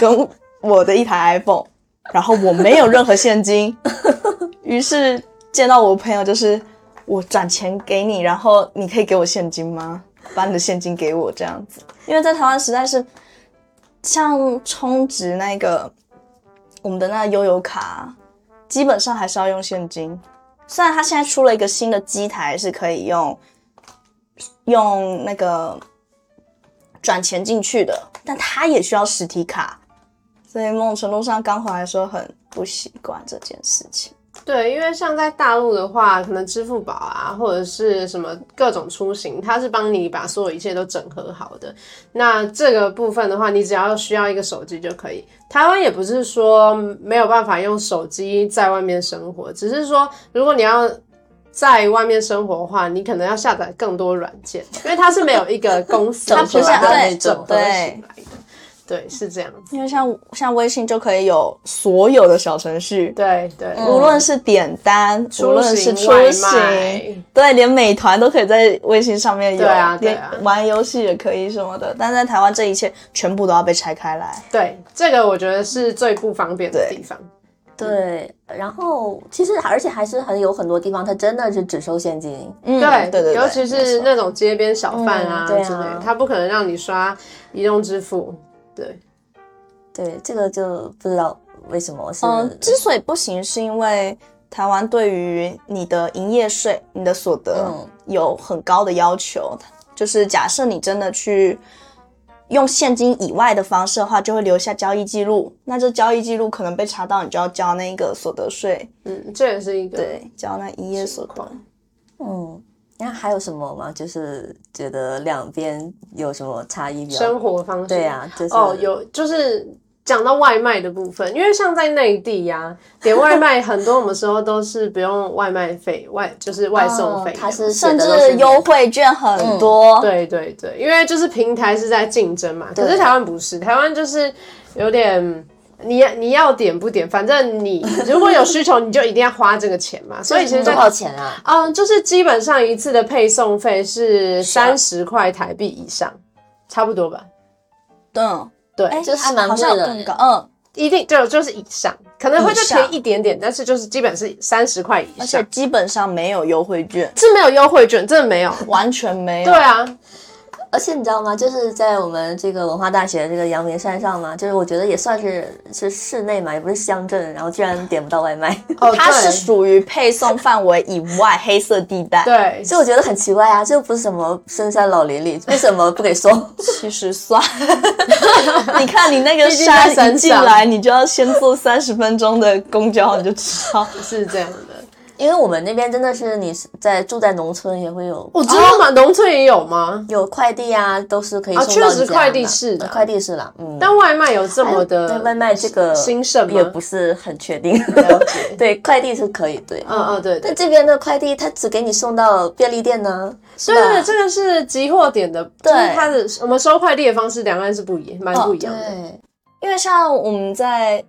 Speaker 2: 跟我的一台 iPhone，然后我没有任何现金， (laughs) 于是见到我朋友就是我转钱给你，然后你可以给我现金吗？把你的现金给我这样子，因为在台湾实在是像充值那个我们的那个悠游卡，基本上还是要用现金。虽然它现在出了一个新的机台是可以用用那个转钱进去的，但它也需要实体卡，所以某种程度上刚回来的时候很不习惯这件事情。
Speaker 3: 对，因为像在大陆的话，可能支付宝啊，或者是什么各种出行，它是帮你把所有一切都整合好的。那这个部分的话，你只要需要一个手机就可以。台湾也不是说没有办法用手机在外面生活，只是说如果你要在外面生活的话，你可能要下载更多软件，因为它是没有一个
Speaker 2: (laughs)
Speaker 3: 公司，它
Speaker 1: 整
Speaker 3: 不
Speaker 1: 合
Speaker 3: 是
Speaker 1: 的
Speaker 3: 按
Speaker 1: 那
Speaker 3: 整
Speaker 1: 种
Speaker 3: 合起来
Speaker 2: 对
Speaker 3: 的。对，是这样子。
Speaker 2: 因为像像微信就可以有所有的小程序，
Speaker 3: 对对，
Speaker 1: 嗯
Speaker 2: 无论是点单，无
Speaker 3: 出
Speaker 2: 论是
Speaker 3: 行
Speaker 2: 出
Speaker 3: 外
Speaker 2: 行，
Speaker 3: 卖。
Speaker 2: 对，连美团都可以在微信上面有，
Speaker 3: 对啊对啊
Speaker 2: 连玩游戏也可以什么的。但在台湾，这一切全部都要被拆开来。
Speaker 3: 对，这个我觉得是最不方便的地方。
Speaker 1: 对。然后其实而且还是很有很多地方，它真的是只收现金。
Speaker 2: 嗯，
Speaker 3: 对
Speaker 2: 对对，
Speaker 3: 尤其是
Speaker 2: 没错
Speaker 3: 那种街边小贩
Speaker 1: 嗯
Speaker 3: 啊之
Speaker 1: 对
Speaker 3: 类
Speaker 1: 啊
Speaker 3: 的，他不可能让你刷移动支付。对，
Speaker 1: 对，这个就不知道为什么是。
Speaker 2: 嗯，之所以不行，是因为台湾对于你的营业税、你的所得
Speaker 1: 嗯
Speaker 2: 有很高的要求，就是假设你真的去。用现金以外的方式的话，就会留下交易记录。那这交易记录可能被查到，你就要交那个所得税，
Speaker 3: 嗯，这也是一个
Speaker 2: 对，交那营业所
Speaker 3: 情
Speaker 2: 得。
Speaker 3: 况。
Speaker 1: 嗯，那还有什么吗？就是觉得两边有什么差异比较？
Speaker 3: 生活方式。
Speaker 1: 对呀、就是
Speaker 3: 哦，有就是讲到外卖的部分，因为像在内地呀、点外卖很多，我们时候都是不用外卖费，外就是外送费
Speaker 1: 哦
Speaker 3: 的、
Speaker 1: 它是
Speaker 2: 甚至优惠券很多，
Speaker 3: 对对对，因为就是平台是在竞争嘛，可
Speaker 1: 对
Speaker 3: 是台湾不是，台湾就是有点。你你要点不点，反正你如果有需求，你就一定要花这个钱嘛。所以其实
Speaker 1: 多
Speaker 3: 在，
Speaker 1: 少钱啊？
Speaker 3: 嗯，就是基本上一次的配送费是三十块台币以上，差不多吧？
Speaker 2: 嗯，
Speaker 3: 对，
Speaker 2: 哎，
Speaker 1: 就是还蛮
Speaker 2: 好
Speaker 1: 贵的
Speaker 2: 像有更高，嗯，
Speaker 3: 一定就就是以上，可能会
Speaker 2: 以
Speaker 3: 再
Speaker 2: 上
Speaker 3: 便宜一点点，但是就是基本是三十块以
Speaker 2: 而且
Speaker 3: 上，
Speaker 2: 基本上没有优惠券，
Speaker 3: 是没有优惠券，真的没有。
Speaker 2: 完全没有。
Speaker 3: 对，啊，
Speaker 1: 而且你知道吗？就是在我们这个文化大学这个阳明山上嘛，就是我觉得也算是是室内嘛，也不是乡镇，然后居然点不到外卖， (laughs)
Speaker 3: 哦，
Speaker 2: 它
Speaker 3: 对
Speaker 2: 是属于配送范围以外黑色地带。，
Speaker 3: 对，
Speaker 1: 所以我觉得很奇怪啊，这又不是什么深山老林里，为什么不给送？ (laughs)
Speaker 2: 其
Speaker 3: (laughs)
Speaker 2: 实算，你看你那个
Speaker 3: 毕竟在山
Speaker 2: 山
Speaker 3: 上
Speaker 2: 一进来，你就要先坐三十分钟的公交，你就知道。
Speaker 3: 是这样的。
Speaker 1: 因为我们那边真的是你在住在农村也会有
Speaker 3: 我知道吗？哦农村也有吗？
Speaker 1: 有快递啊，都是可以
Speaker 3: 啊
Speaker 1: 送到
Speaker 3: 确实
Speaker 1: 你家
Speaker 3: 快递
Speaker 1: 嘛
Speaker 3: 是的
Speaker 1: 呃快递是啦，嗯。
Speaker 3: 但外卖有这么
Speaker 1: 对
Speaker 3: 的
Speaker 1: 外卖这个
Speaker 3: 兴盛吗
Speaker 1: 也不是很确定，
Speaker 3: 了解。
Speaker 1: 对，快递是可以对。
Speaker 3: 嗯嗯，对对
Speaker 1: 但这边的快递，它只给你送到便利店呢，是
Speaker 3: 对
Speaker 1: 吧？
Speaker 3: 对，这个是集货点的，就是
Speaker 1: 对
Speaker 3: 它的我们收快递的方式，两岸是不一，蛮不一样的。
Speaker 1: 对，
Speaker 2: 因为像我们在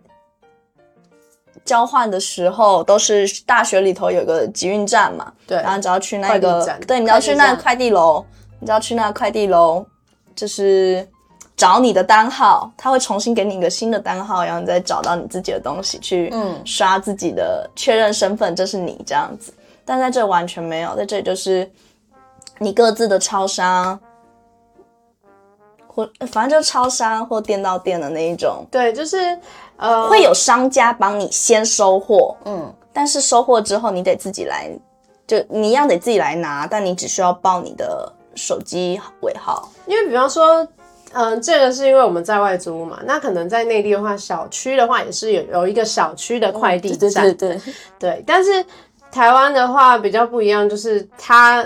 Speaker 2: 交换的时候，都是大学里头有个集运站嘛，
Speaker 3: 对，
Speaker 2: 然后你只要去那
Speaker 3: 快递
Speaker 2: 个
Speaker 3: 站，
Speaker 2: 对，你只要去
Speaker 1: 快
Speaker 2: 那
Speaker 1: 递
Speaker 2: 个
Speaker 1: 站
Speaker 2: 快递楼，你只要去那个快递楼，就是找你的单号，他会重新给你一个新的单号，然后你再找到你自己的东西去，
Speaker 1: 嗯
Speaker 2: 刷自己的确认身份，这是你这样子。但在这完全没有，在这里就是你各自的超商，或反正就超商或店到店的那一种，
Speaker 3: 对，就是呃，
Speaker 2: 会有商家帮你先收货，
Speaker 1: 嗯，
Speaker 2: 但是收货之后你得自己来，就你一样得自己来拿，但你只需要报你的手机尾号。
Speaker 3: 因为比方说，嗯，这个是因为我们在外租屋嘛，那可能在内地的话，小区的话也是有有一个小区的快递
Speaker 1: 对
Speaker 3: 站，
Speaker 1: 对对对，
Speaker 3: 对，但是台湾的话比较不一样，就是它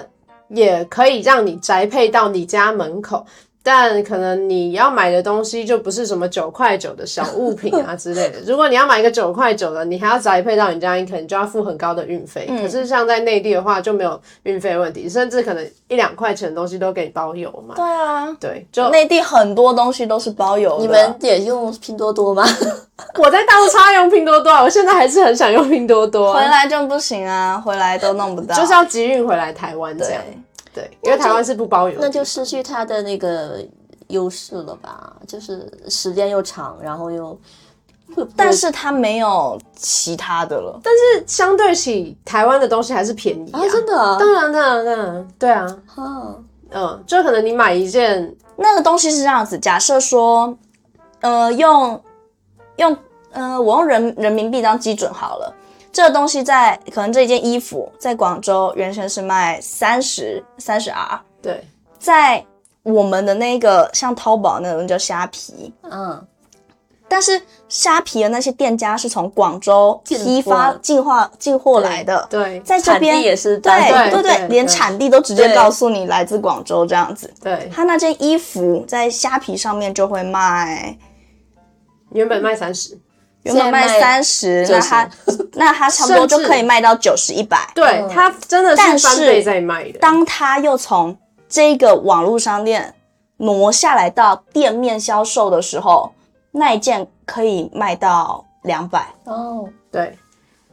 Speaker 3: 也可以让你宅配到你家门口，但可能你要买的东西就不是什么九块九的小物品啊之类的。如果你要买一个九块九的，你还要宅配到你家，你可能就要付很高的运费。可是像在内地的话就没有运费问题，甚至可能一两块钱的东西都给你包邮嘛。
Speaker 2: 啊，
Speaker 3: 对，就
Speaker 2: 内地很多东西都是包邮的。
Speaker 1: 你们也用拼多多吗？ (laughs)
Speaker 3: 我在大陆超爱用拼多多啊，我现在还是很想用拼多多啊、
Speaker 2: 回来就不行啊，回来都弄不到。
Speaker 3: 就是要集运回来台湾这样。
Speaker 2: 对，
Speaker 3: 对，因为台湾是不包邮的，
Speaker 1: 那就失去它的那个优势了吧？就是时间又长，然后又会不会
Speaker 2: 但是它没有其他的了。
Speaker 3: 但是相对起台湾的东西还是便
Speaker 2: 哦
Speaker 3: 宜啊。
Speaker 1: 啊，真的啊
Speaker 3: 当然，当然，当然，对啊，
Speaker 1: 啊，
Speaker 3: 嗯，就可能你买一件，
Speaker 2: 那个东西是这样子，假设说，呃，用用呃，我用人人民币当基准好了。这个东西在可能这件衣服在广州原先是卖三十三十 R，
Speaker 3: 对，
Speaker 2: 在我们的那个像淘宝那种叫虾皮，
Speaker 1: 嗯，
Speaker 2: 但是虾皮的那些店家是从广州
Speaker 1: 进货
Speaker 2: 批发进化进货来的，
Speaker 3: 对，
Speaker 2: 在这
Speaker 1: 产地
Speaker 2: 边
Speaker 1: 也是大
Speaker 3: 对
Speaker 2: 对对
Speaker 3: 对
Speaker 2: 对，连
Speaker 3: 对
Speaker 2: 产地都直接
Speaker 1: 对
Speaker 2: 告诉你来自广州这样子。
Speaker 3: 对，
Speaker 2: 他那件衣服在虾皮上面就会卖，
Speaker 3: 原本卖三十，
Speaker 2: 原本卖
Speaker 1: 现在卖
Speaker 2: 三十，那 (laughs) 他那他差不多就可以卖到九十一百。
Speaker 3: 对，它真的是
Speaker 2: 但是
Speaker 3: 翻倍在卖的，
Speaker 2: 当他又从这个网络商店挪下来到店面销售的时候，那一件可以卖到两百。
Speaker 1: 哦，
Speaker 3: 对，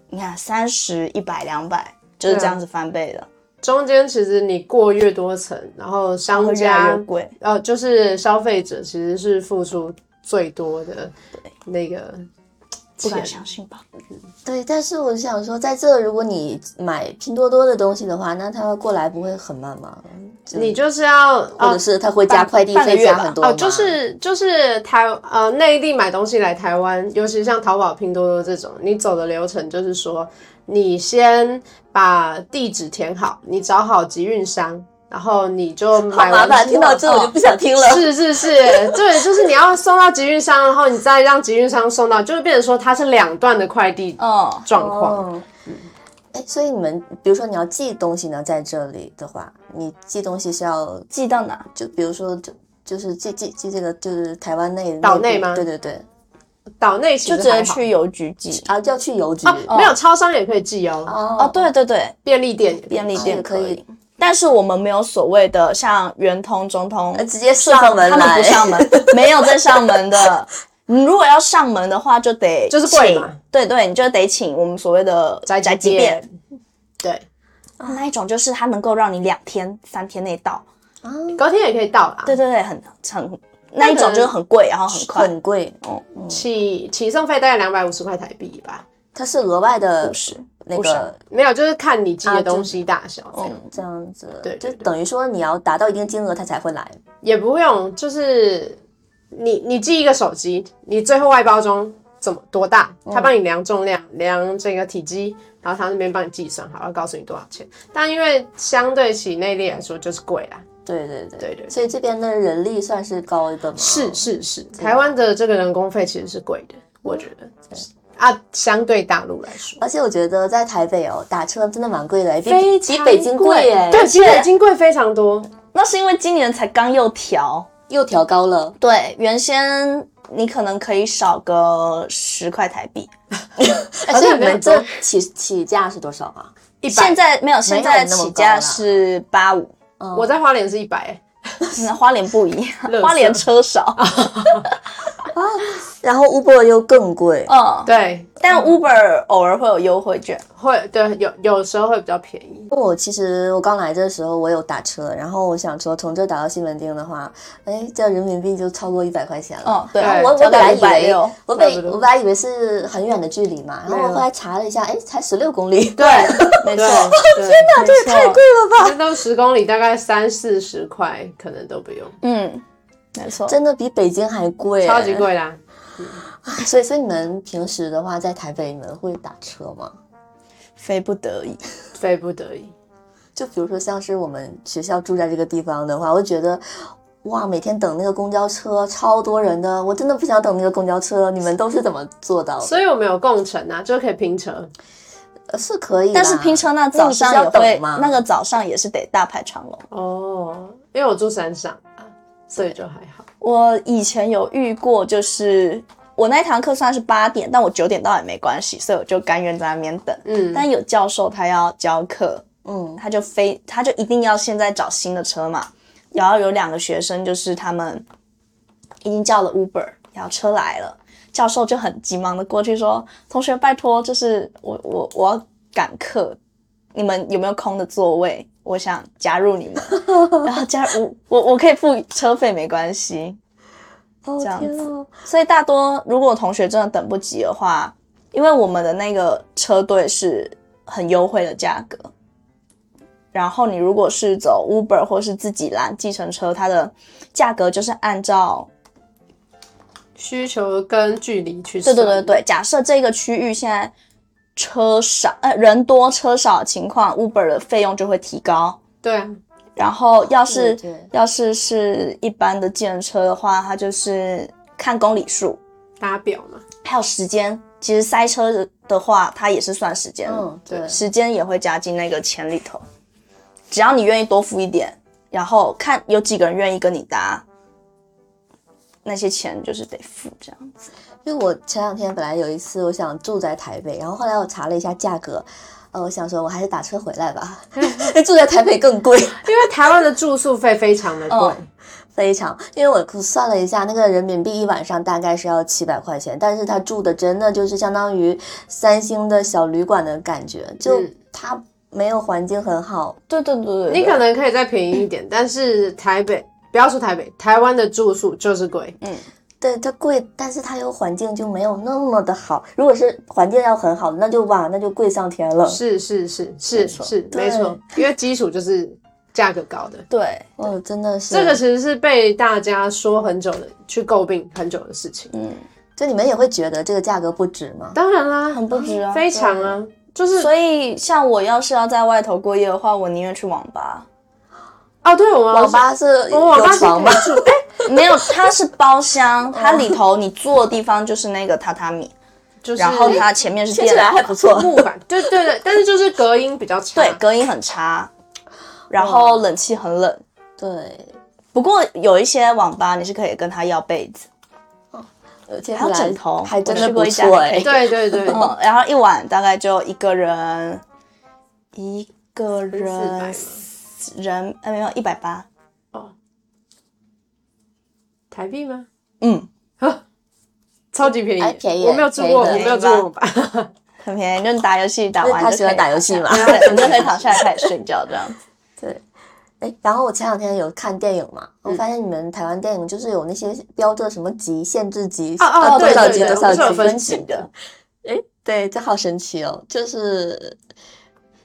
Speaker 2: 你看，三十、一百、两百，就是这样子翻倍的，
Speaker 3: 中间其实你过越多层，然后商
Speaker 2: 会越来
Speaker 3: 家，
Speaker 2: 越贵。
Speaker 3: 呃，就是消费者其实是付出最多的那个
Speaker 2: 不
Speaker 3: 钱
Speaker 2: 敢，相信吧？
Speaker 1: 对，但是我想说，在这如果你买拼多多的东西的话，那他过来不会很慢吗？嗯
Speaker 3: 你就是要
Speaker 1: 或
Speaker 3: 呃
Speaker 1: 者是他会加快递
Speaker 2: 半个
Speaker 1: 费
Speaker 2: 月
Speaker 1: 加
Speaker 2: 吧
Speaker 1: 很多吗
Speaker 3: 哦，就是就是台呃内地买东西来台湾，尤其像淘宝、拼多多这种，你走的流程就是说，你先把地址填好，你找好集运商，然后你就
Speaker 1: 好
Speaker 3: 买
Speaker 1: 麻
Speaker 3: 完
Speaker 1: 烦，听到
Speaker 3: 货
Speaker 1: 这我就不想听了。
Speaker 3: 是是是，对，就是你要送到集运商，然后你再让集运商送到，就是变成说它是两段的快递
Speaker 2: 嗯，
Speaker 3: 状况。
Speaker 1: 哦，哎，所以你们比如说你要寄东西呢，在这里的话，你寄东西是要
Speaker 2: 寄到哪？
Speaker 1: 就比如说就就是寄寄寄这个就是台湾内
Speaker 3: 岛
Speaker 1: 内
Speaker 3: 内
Speaker 1: 部
Speaker 3: 吗
Speaker 1: 对对对，
Speaker 3: 岛内其
Speaker 2: 就
Speaker 3: 实
Speaker 2: 直接
Speaker 3: 还好
Speaker 2: 去邮局寄。
Speaker 1: 啊要去邮局
Speaker 3: 啊，没有超商也可以寄哦，
Speaker 2: 哦，
Speaker 1: 哦，
Speaker 2: 对对对，
Speaker 3: 便利店也可以
Speaker 2: 便利
Speaker 1: 也
Speaker 2: 店
Speaker 1: 可
Speaker 2: 可
Speaker 1: 以
Speaker 2: 以，但是我们没有所谓的像圆通、中通
Speaker 1: 呃，直接送
Speaker 2: 上
Speaker 1: 门
Speaker 2: 他们
Speaker 1: 来
Speaker 2: 不上门，没有在上门的。你如果要上门的话，就得
Speaker 3: 就是贵
Speaker 2: 请
Speaker 3: 嘛，
Speaker 2: 对对，你就得请我们所谓的
Speaker 3: 宅
Speaker 2: 宅
Speaker 3: 急
Speaker 2: 急便啊
Speaker 3: 便，对。
Speaker 2: 那一种，就是它能够让你两天、三天内到。
Speaker 3: 隔天也可以到啦，
Speaker 2: 对对对，很很那一
Speaker 3: 可
Speaker 2: 种
Speaker 3: 能
Speaker 2: 就是很贵，然后很快。
Speaker 1: 很贵，
Speaker 3: 起起送费大概两百五十块台币吧，
Speaker 1: 它是额外的
Speaker 2: 是
Speaker 1: 那
Speaker 2: 不少
Speaker 1: 个
Speaker 3: 没有，就是哦看你寄
Speaker 1: 啊
Speaker 3: 的
Speaker 1: 就
Speaker 3: 东西大小这样。
Speaker 1: 这样子，
Speaker 3: 对对
Speaker 1: 就
Speaker 3: 对
Speaker 1: 等于说你要达到一定金额他才会来。
Speaker 3: 也不用，就是你你寄一个手机，你最后外包装怎么多大，他帮你量重量、量这个体积，然后他那边帮你计算好，要告诉你多少钱。但因为相对起内地来说就是贵啦，
Speaker 1: 对对对
Speaker 3: 对对
Speaker 1: 所以这边的人力算是高一点吗？
Speaker 3: 是是是，台湾的这个人工费其实是贵的，我觉得啊，相对大陆来说。
Speaker 1: 而且我觉得在台北哦，打车真的蛮贵的，比
Speaker 3: 非
Speaker 1: 比
Speaker 3: 常
Speaker 1: 北京贵耶，
Speaker 3: 对，比北京贵非常多。
Speaker 2: 那是因为今年才刚又调，
Speaker 1: 又调高了。
Speaker 2: 对，原先你可能可以少个十块台币，
Speaker 1: 哎
Speaker 3: 好像
Speaker 1: 所以
Speaker 3: 也
Speaker 1: 你
Speaker 3: 没
Speaker 1: 们
Speaker 3: 很多
Speaker 1: 这起起价是多少啊？
Speaker 3: 一百，
Speaker 2: 现在没有，现在
Speaker 1: 那么
Speaker 2: 起价
Speaker 1: 高啦
Speaker 2: 是八五，
Speaker 1: 嗯
Speaker 3: 我在花莲是一百、
Speaker 2: 那嗯花莲不一样，
Speaker 3: 圾
Speaker 2: 花莲车少，
Speaker 1: 然后 Uber 又更贵，
Speaker 2: 嗯，
Speaker 3: 对，
Speaker 2: 但 Uber 偶尔会有优惠券，
Speaker 3: 会对有有时候会比较便宜。
Speaker 1: 我哦其实我刚来这时候，我有打车，然后我想说从这打到西门町的话，哎，这人民币就超过一百块钱了。
Speaker 2: 嗯，对，
Speaker 1: 然
Speaker 3: 哦对
Speaker 1: 后我我
Speaker 2: 交
Speaker 1: 本
Speaker 2: 到
Speaker 1: 来
Speaker 2: 五
Speaker 1: 以
Speaker 2: 百
Speaker 1: 为
Speaker 2: 六，
Speaker 1: 我
Speaker 3: 差不
Speaker 1: 本
Speaker 3: 多
Speaker 1: 我本来以为是很远的距离嘛，然后
Speaker 3: 没有
Speaker 1: 我后来查了一下，哎，才十六公里，
Speaker 3: 对，
Speaker 2: 没错
Speaker 3: 对，
Speaker 2: (laughs)
Speaker 3: 天哪，
Speaker 2: 这也太贵了，
Speaker 3: 那都十公里大概三四十块，可能都不用，
Speaker 2: 嗯，没错，
Speaker 1: 真的比北京还贵，
Speaker 3: 超级。贵啦。
Speaker 1: (laughs) 所以所以你们平时的话，在台北你们会打车吗？
Speaker 2: 非不得已，
Speaker 3: 非不得已，
Speaker 1: 就比如说像是我们学校住在这个地方的话，我觉得。哇，每天等那个公交车，超多人的，我真的不想等那个公交车。你们都是怎么做到
Speaker 2: 哦
Speaker 1: 的？
Speaker 3: 所以我们有共乘啊，就可以拼车。
Speaker 1: 呃是可以啦，
Speaker 2: 但是拼车那
Speaker 1: 那
Speaker 2: 早
Speaker 1: 你不是
Speaker 2: 上
Speaker 1: 要
Speaker 2: 也
Speaker 1: 等
Speaker 2: 会，
Speaker 1: 吗
Speaker 2: 那个早上也是得大排长龙。
Speaker 3: 哦，因为我住山上啊，所以就还好。
Speaker 2: 我以前有遇过，就是我那一堂课算是八点，但我九点到也没关系，所以我就甘愿在那边等。
Speaker 3: 嗯，
Speaker 2: 但有教授他要教课，
Speaker 1: 嗯，
Speaker 2: 他就非他就一定要现在找新的车嘛。然后有两个学生就是他们已经叫了 Uber，然后车来了，教授就很急忙的过去说：“同学，拜托，就是我我我要赶课，你们有没有空的座位？我想加入你们，然后加入我我我可以付车费没关系。”
Speaker 1: 哦
Speaker 2: 这样
Speaker 1: 天啊，
Speaker 2: 所以大多如果同学真的等不及的话，因为我们的那个车队是很优惠的价格，然后你如果是走 Uber 或是自己拦计程车，它的价格就是按照
Speaker 3: 需求跟距离去
Speaker 2: 对
Speaker 3: 算。
Speaker 2: 对对对，假设这个区域现在车少呃人多车少的情况，Uber 的费用就会提高。
Speaker 3: 对啊，
Speaker 2: 然后要是
Speaker 1: 对对
Speaker 2: 要是是一般的计程车的话，它就是看公里数，
Speaker 3: 搭表嘛，
Speaker 2: 还有时间，其实塞车的的话，它也是算时间的，
Speaker 1: 嗯，对，
Speaker 2: 时间也会加进那个钱里头。只要你愿意多付一点，然后看有几个人愿意跟你搭，那些钱就是得付这样。
Speaker 1: 因为我前两天本来有一次我想住在台北，然后后来我查了一下价格，呃，我想说我还是打车回来吧， (laughs) 住在台北更贵，
Speaker 3: 因为台湾的住宿费非常的贵，
Speaker 2: 嗯
Speaker 1: 非常，因为我算了一下，那个人民币一晚上大概是要七百块钱，但是他住的真的就是相当于三星的小旅馆的感觉，就
Speaker 3: 嗯
Speaker 1: 他没有环境很好，
Speaker 2: 对对对对对，
Speaker 3: 你可能可以再便宜一
Speaker 2: (laughs)
Speaker 3: 点，但是台北不要说台北，台湾的住宿就是贵。
Speaker 2: 嗯
Speaker 1: 对它贵，但是它又环境就没有那么的好。如果是环境要很好，那就哇，那就贵上天了。
Speaker 3: 是是是
Speaker 2: 嗯没
Speaker 3: 是
Speaker 2: 错
Speaker 3: 是，没错，因为基础就是价格高的。
Speaker 2: 对，
Speaker 1: 哦，真的是
Speaker 3: 这个其实是被大家说很久的，去诟病很久的事情。
Speaker 2: 嗯，
Speaker 1: 就你们也会觉得这个价格不值吗？
Speaker 3: 当然啦，
Speaker 2: 很不值啊。
Speaker 3: 非常啊，就是
Speaker 2: 所以像我要是要在外头过夜的话，我宁愿去网吧。
Speaker 3: 哦，对，我们
Speaker 1: 网吧是
Speaker 3: 我们网吧
Speaker 1: 有
Speaker 3: 是
Speaker 1: 床吗？
Speaker 3: 可以住，哎，
Speaker 2: 没有，它是包厢，它里头你坐的地方就是那个榻榻米，
Speaker 3: 就是
Speaker 2: 然后它前面是
Speaker 1: 听起
Speaker 2: 电
Speaker 1: 来 (laughs)
Speaker 2: 脑
Speaker 1: 还不错。
Speaker 3: 木板，对对对，但是就是隔音比较
Speaker 1: 嗯
Speaker 3: 差。
Speaker 2: 对，隔音很差，然后冷气很冷。
Speaker 1: 对，
Speaker 2: 不过有一些网吧你是可以跟他要被子，
Speaker 1: 呃听
Speaker 2: 还
Speaker 1: 起
Speaker 2: 有
Speaker 1: 来
Speaker 2: 枕头
Speaker 1: 还真
Speaker 2: 我
Speaker 1: 的
Speaker 2: 去
Speaker 1: 不
Speaker 2: 过一家
Speaker 1: 错
Speaker 2: 还可
Speaker 1: 哎
Speaker 2: 以。
Speaker 3: 对对对，
Speaker 2: 嗯，然后一晚大概就一个人，一个人
Speaker 3: 400
Speaker 2: 人呃没有一百八，
Speaker 3: 嘛哦，台币吗？
Speaker 2: 嗯，
Speaker 3: 超级便
Speaker 1: 哎
Speaker 3: 宜，
Speaker 1: 便宜
Speaker 3: 我没有住过，我
Speaker 1: 便宜
Speaker 3: 没有住过吧？
Speaker 2: 很便宜，就是你打游戏打
Speaker 1: 因
Speaker 2: 完
Speaker 1: 为他
Speaker 2: 就可以
Speaker 1: 喜欢打游戏嘛
Speaker 2: 躺下对，你就可以躺下来开始睡觉这样子。
Speaker 1: 对，哎，然后我前两天有看电影嘛，我
Speaker 3: 嗯
Speaker 1: 发现你们台湾电影就是有那些标着什么级、限制级，
Speaker 3: 哦哦
Speaker 1: 到多
Speaker 3: 对
Speaker 1: 少
Speaker 3: 对
Speaker 1: 级
Speaker 3: 对
Speaker 1: 多
Speaker 3: 我
Speaker 1: 少
Speaker 3: 是有
Speaker 1: 级
Speaker 3: 分
Speaker 1: 分级
Speaker 3: 级
Speaker 1: 的。哎，对，这好神奇哦，就是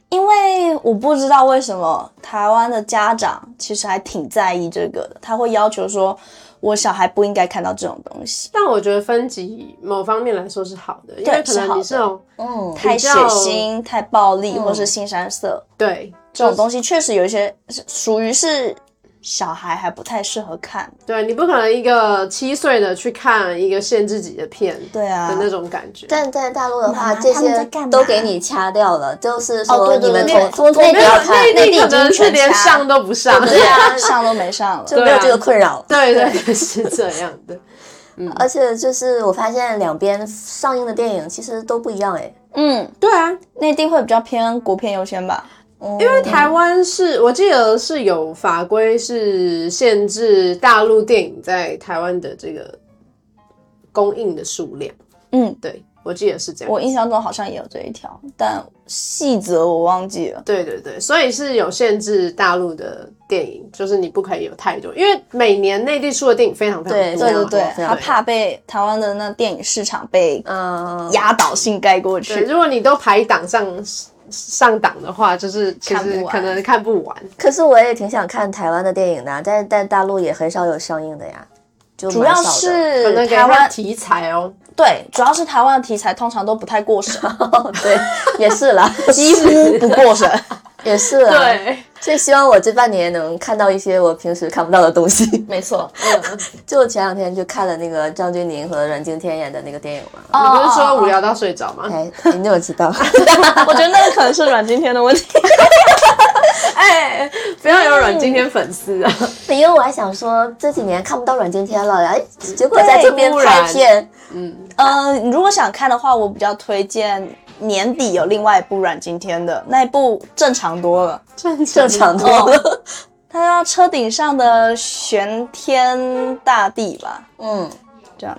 Speaker 2: 因为我不知道为什么台湾的家长其实还挺在意这个的，他会要求说，我小孩不应该看到这种东西，
Speaker 3: (laughs) 但我觉得分级某方面来说是好的，因
Speaker 2: 对
Speaker 3: 为可
Speaker 2: 是好
Speaker 3: 能你这种
Speaker 1: 嗯，
Speaker 2: 太血腥、太暴力、
Speaker 1: 嗯
Speaker 2: 或是腥膻色
Speaker 3: 对
Speaker 2: 这种
Speaker 3: 西，
Speaker 2: 东西，确实有一些是属于是小孩还不太适合看。
Speaker 3: 对你不可能一个七岁的去看一个限制级的片
Speaker 2: 对啊
Speaker 3: 的，那种感觉。
Speaker 1: 但在大陆的话，
Speaker 2: 妈
Speaker 1: 这
Speaker 2: 他们在
Speaker 1: 些
Speaker 2: 干嘛
Speaker 1: 都给你掐掉了，就是
Speaker 2: 哦
Speaker 1: 说
Speaker 2: 对
Speaker 1: 你
Speaker 2: 对
Speaker 1: 们从
Speaker 2: 对
Speaker 1: 从内
Speaker 2: 对
Speaker 3: 没
Speaker 1: 地
Speaker 3: 有
Speaker 1: 要看，
Speaker 3: 内
Speaker 1: 内
Speaker 3: 地
Speaker 1: 地已
Speaker 3: 可能
Speaker 1: 经
Speaker 3: 是
Speaker 1: 全
Speaker 3: 连
Speaker 1: 掐
Speaker 3: 上，都不上，
Speaker 1: 对啊
Speaker 2: 上都没上了。
Speaker 1: 就没有这个困扰。
Speaker 3: (laughs) 对对是这样的。
Speaker 1: 而且就是我发现两边上映的电影其实都不一样哎，
Speaker 2: 嗯，
Speaker 3: (laughs) 对啊，
Speaker 2: 内地会比较偏国片优先吧？
Speaker 1: 因为
Speaker 3: 台湾是我记得是有法规是限制大陆电影在台湾的这个供应的数量，
Speaker 2: 嗯，
Speaker 3: 对我记得是这样。
Speaker 2: 我印象中好像也有这一条，但细则我忘记了。
Speaker 3: 对对对，所以是有限制大陆的电影，就是你不可以有太多，因为每年内地出的电影非常非常
Speaker 1: 对
Speaker 3: 多，
Speaker 2: 对对
Speaker 1: 这样
Speaker 2: 对，
Speaker 1: 这样
Speaker 2: 他怕被台湾的那电影市场被
Speaker 1: 嗯，
Speaker 2: 压倒性盖过
Speaker 3: 对，
Speaker 2: 去。
Speaker 3: 如果你都排档上上档的话，就是其
Speaker 2: 看不
Speaker 3: 实
Speaker 2: 完
Speaker 3: 可能看不完。
Speaker 1: 可是我也挺想看台湾的电影的，啊但是在大陆也很少有上映的呀，就
Speaker 2: 主
Speaker 1: 蛮少
Speaker 2: 要
Speaker 1: 的
Speaker 3: 可
Speaker 2: 是
Speaker 3: 能给
Speaker 2: 台
Speaker 3: 他
Speaker 2: 湾
Speaker 3: 题材哦，
Speaker 2: 对，主要是台湾的题材通常都不太过审，
Speaker 1: (laughs) 对，也是啦，
Speaker 2: 几乎不过审。
Speaker 1: (laughs) 也是啦，，
Speaker 3: 对，
Speaker 1: 所以希望我这半年能看到一些我平时看不到的东西。 (laughs)
Speaker 2: 没错，
Speaker 1: 就前两天去看了那个张钧甯和阮经天演的那个电影嘛，
Speaker 2: 你
Speaker 3: 你不是
Speaker 2: 哦
Speaker 3: 说无？聊到睡着
Speaker 2: 嗯
Speaker 3: 吗？
Speaker 1: 哎，你怎么知道？
Speaker 2: 我觉得那个可能是阮经天的问题。
Speaker 3: 哎，不要有阮经天粉丝啊！
Speaker 1: 因为我还想说这几年看不到阮经天了，哎，结果在这边
Speaker 3: 对
Speaker 1: 拍片，
Speaker 2: 呃，你如果想看的话，我比较推荐年底有另外一部阮经天的那一部正常多了，
Speaker 3: 正
Speaker 1: 正常多
Speaker 3: 哦
Speaker 1: 了。
Speaker 2: (laughs) 它叫《车顶上的玄天大地》吧，
Speaker 1: 嗯，
Speaker 2: 这样。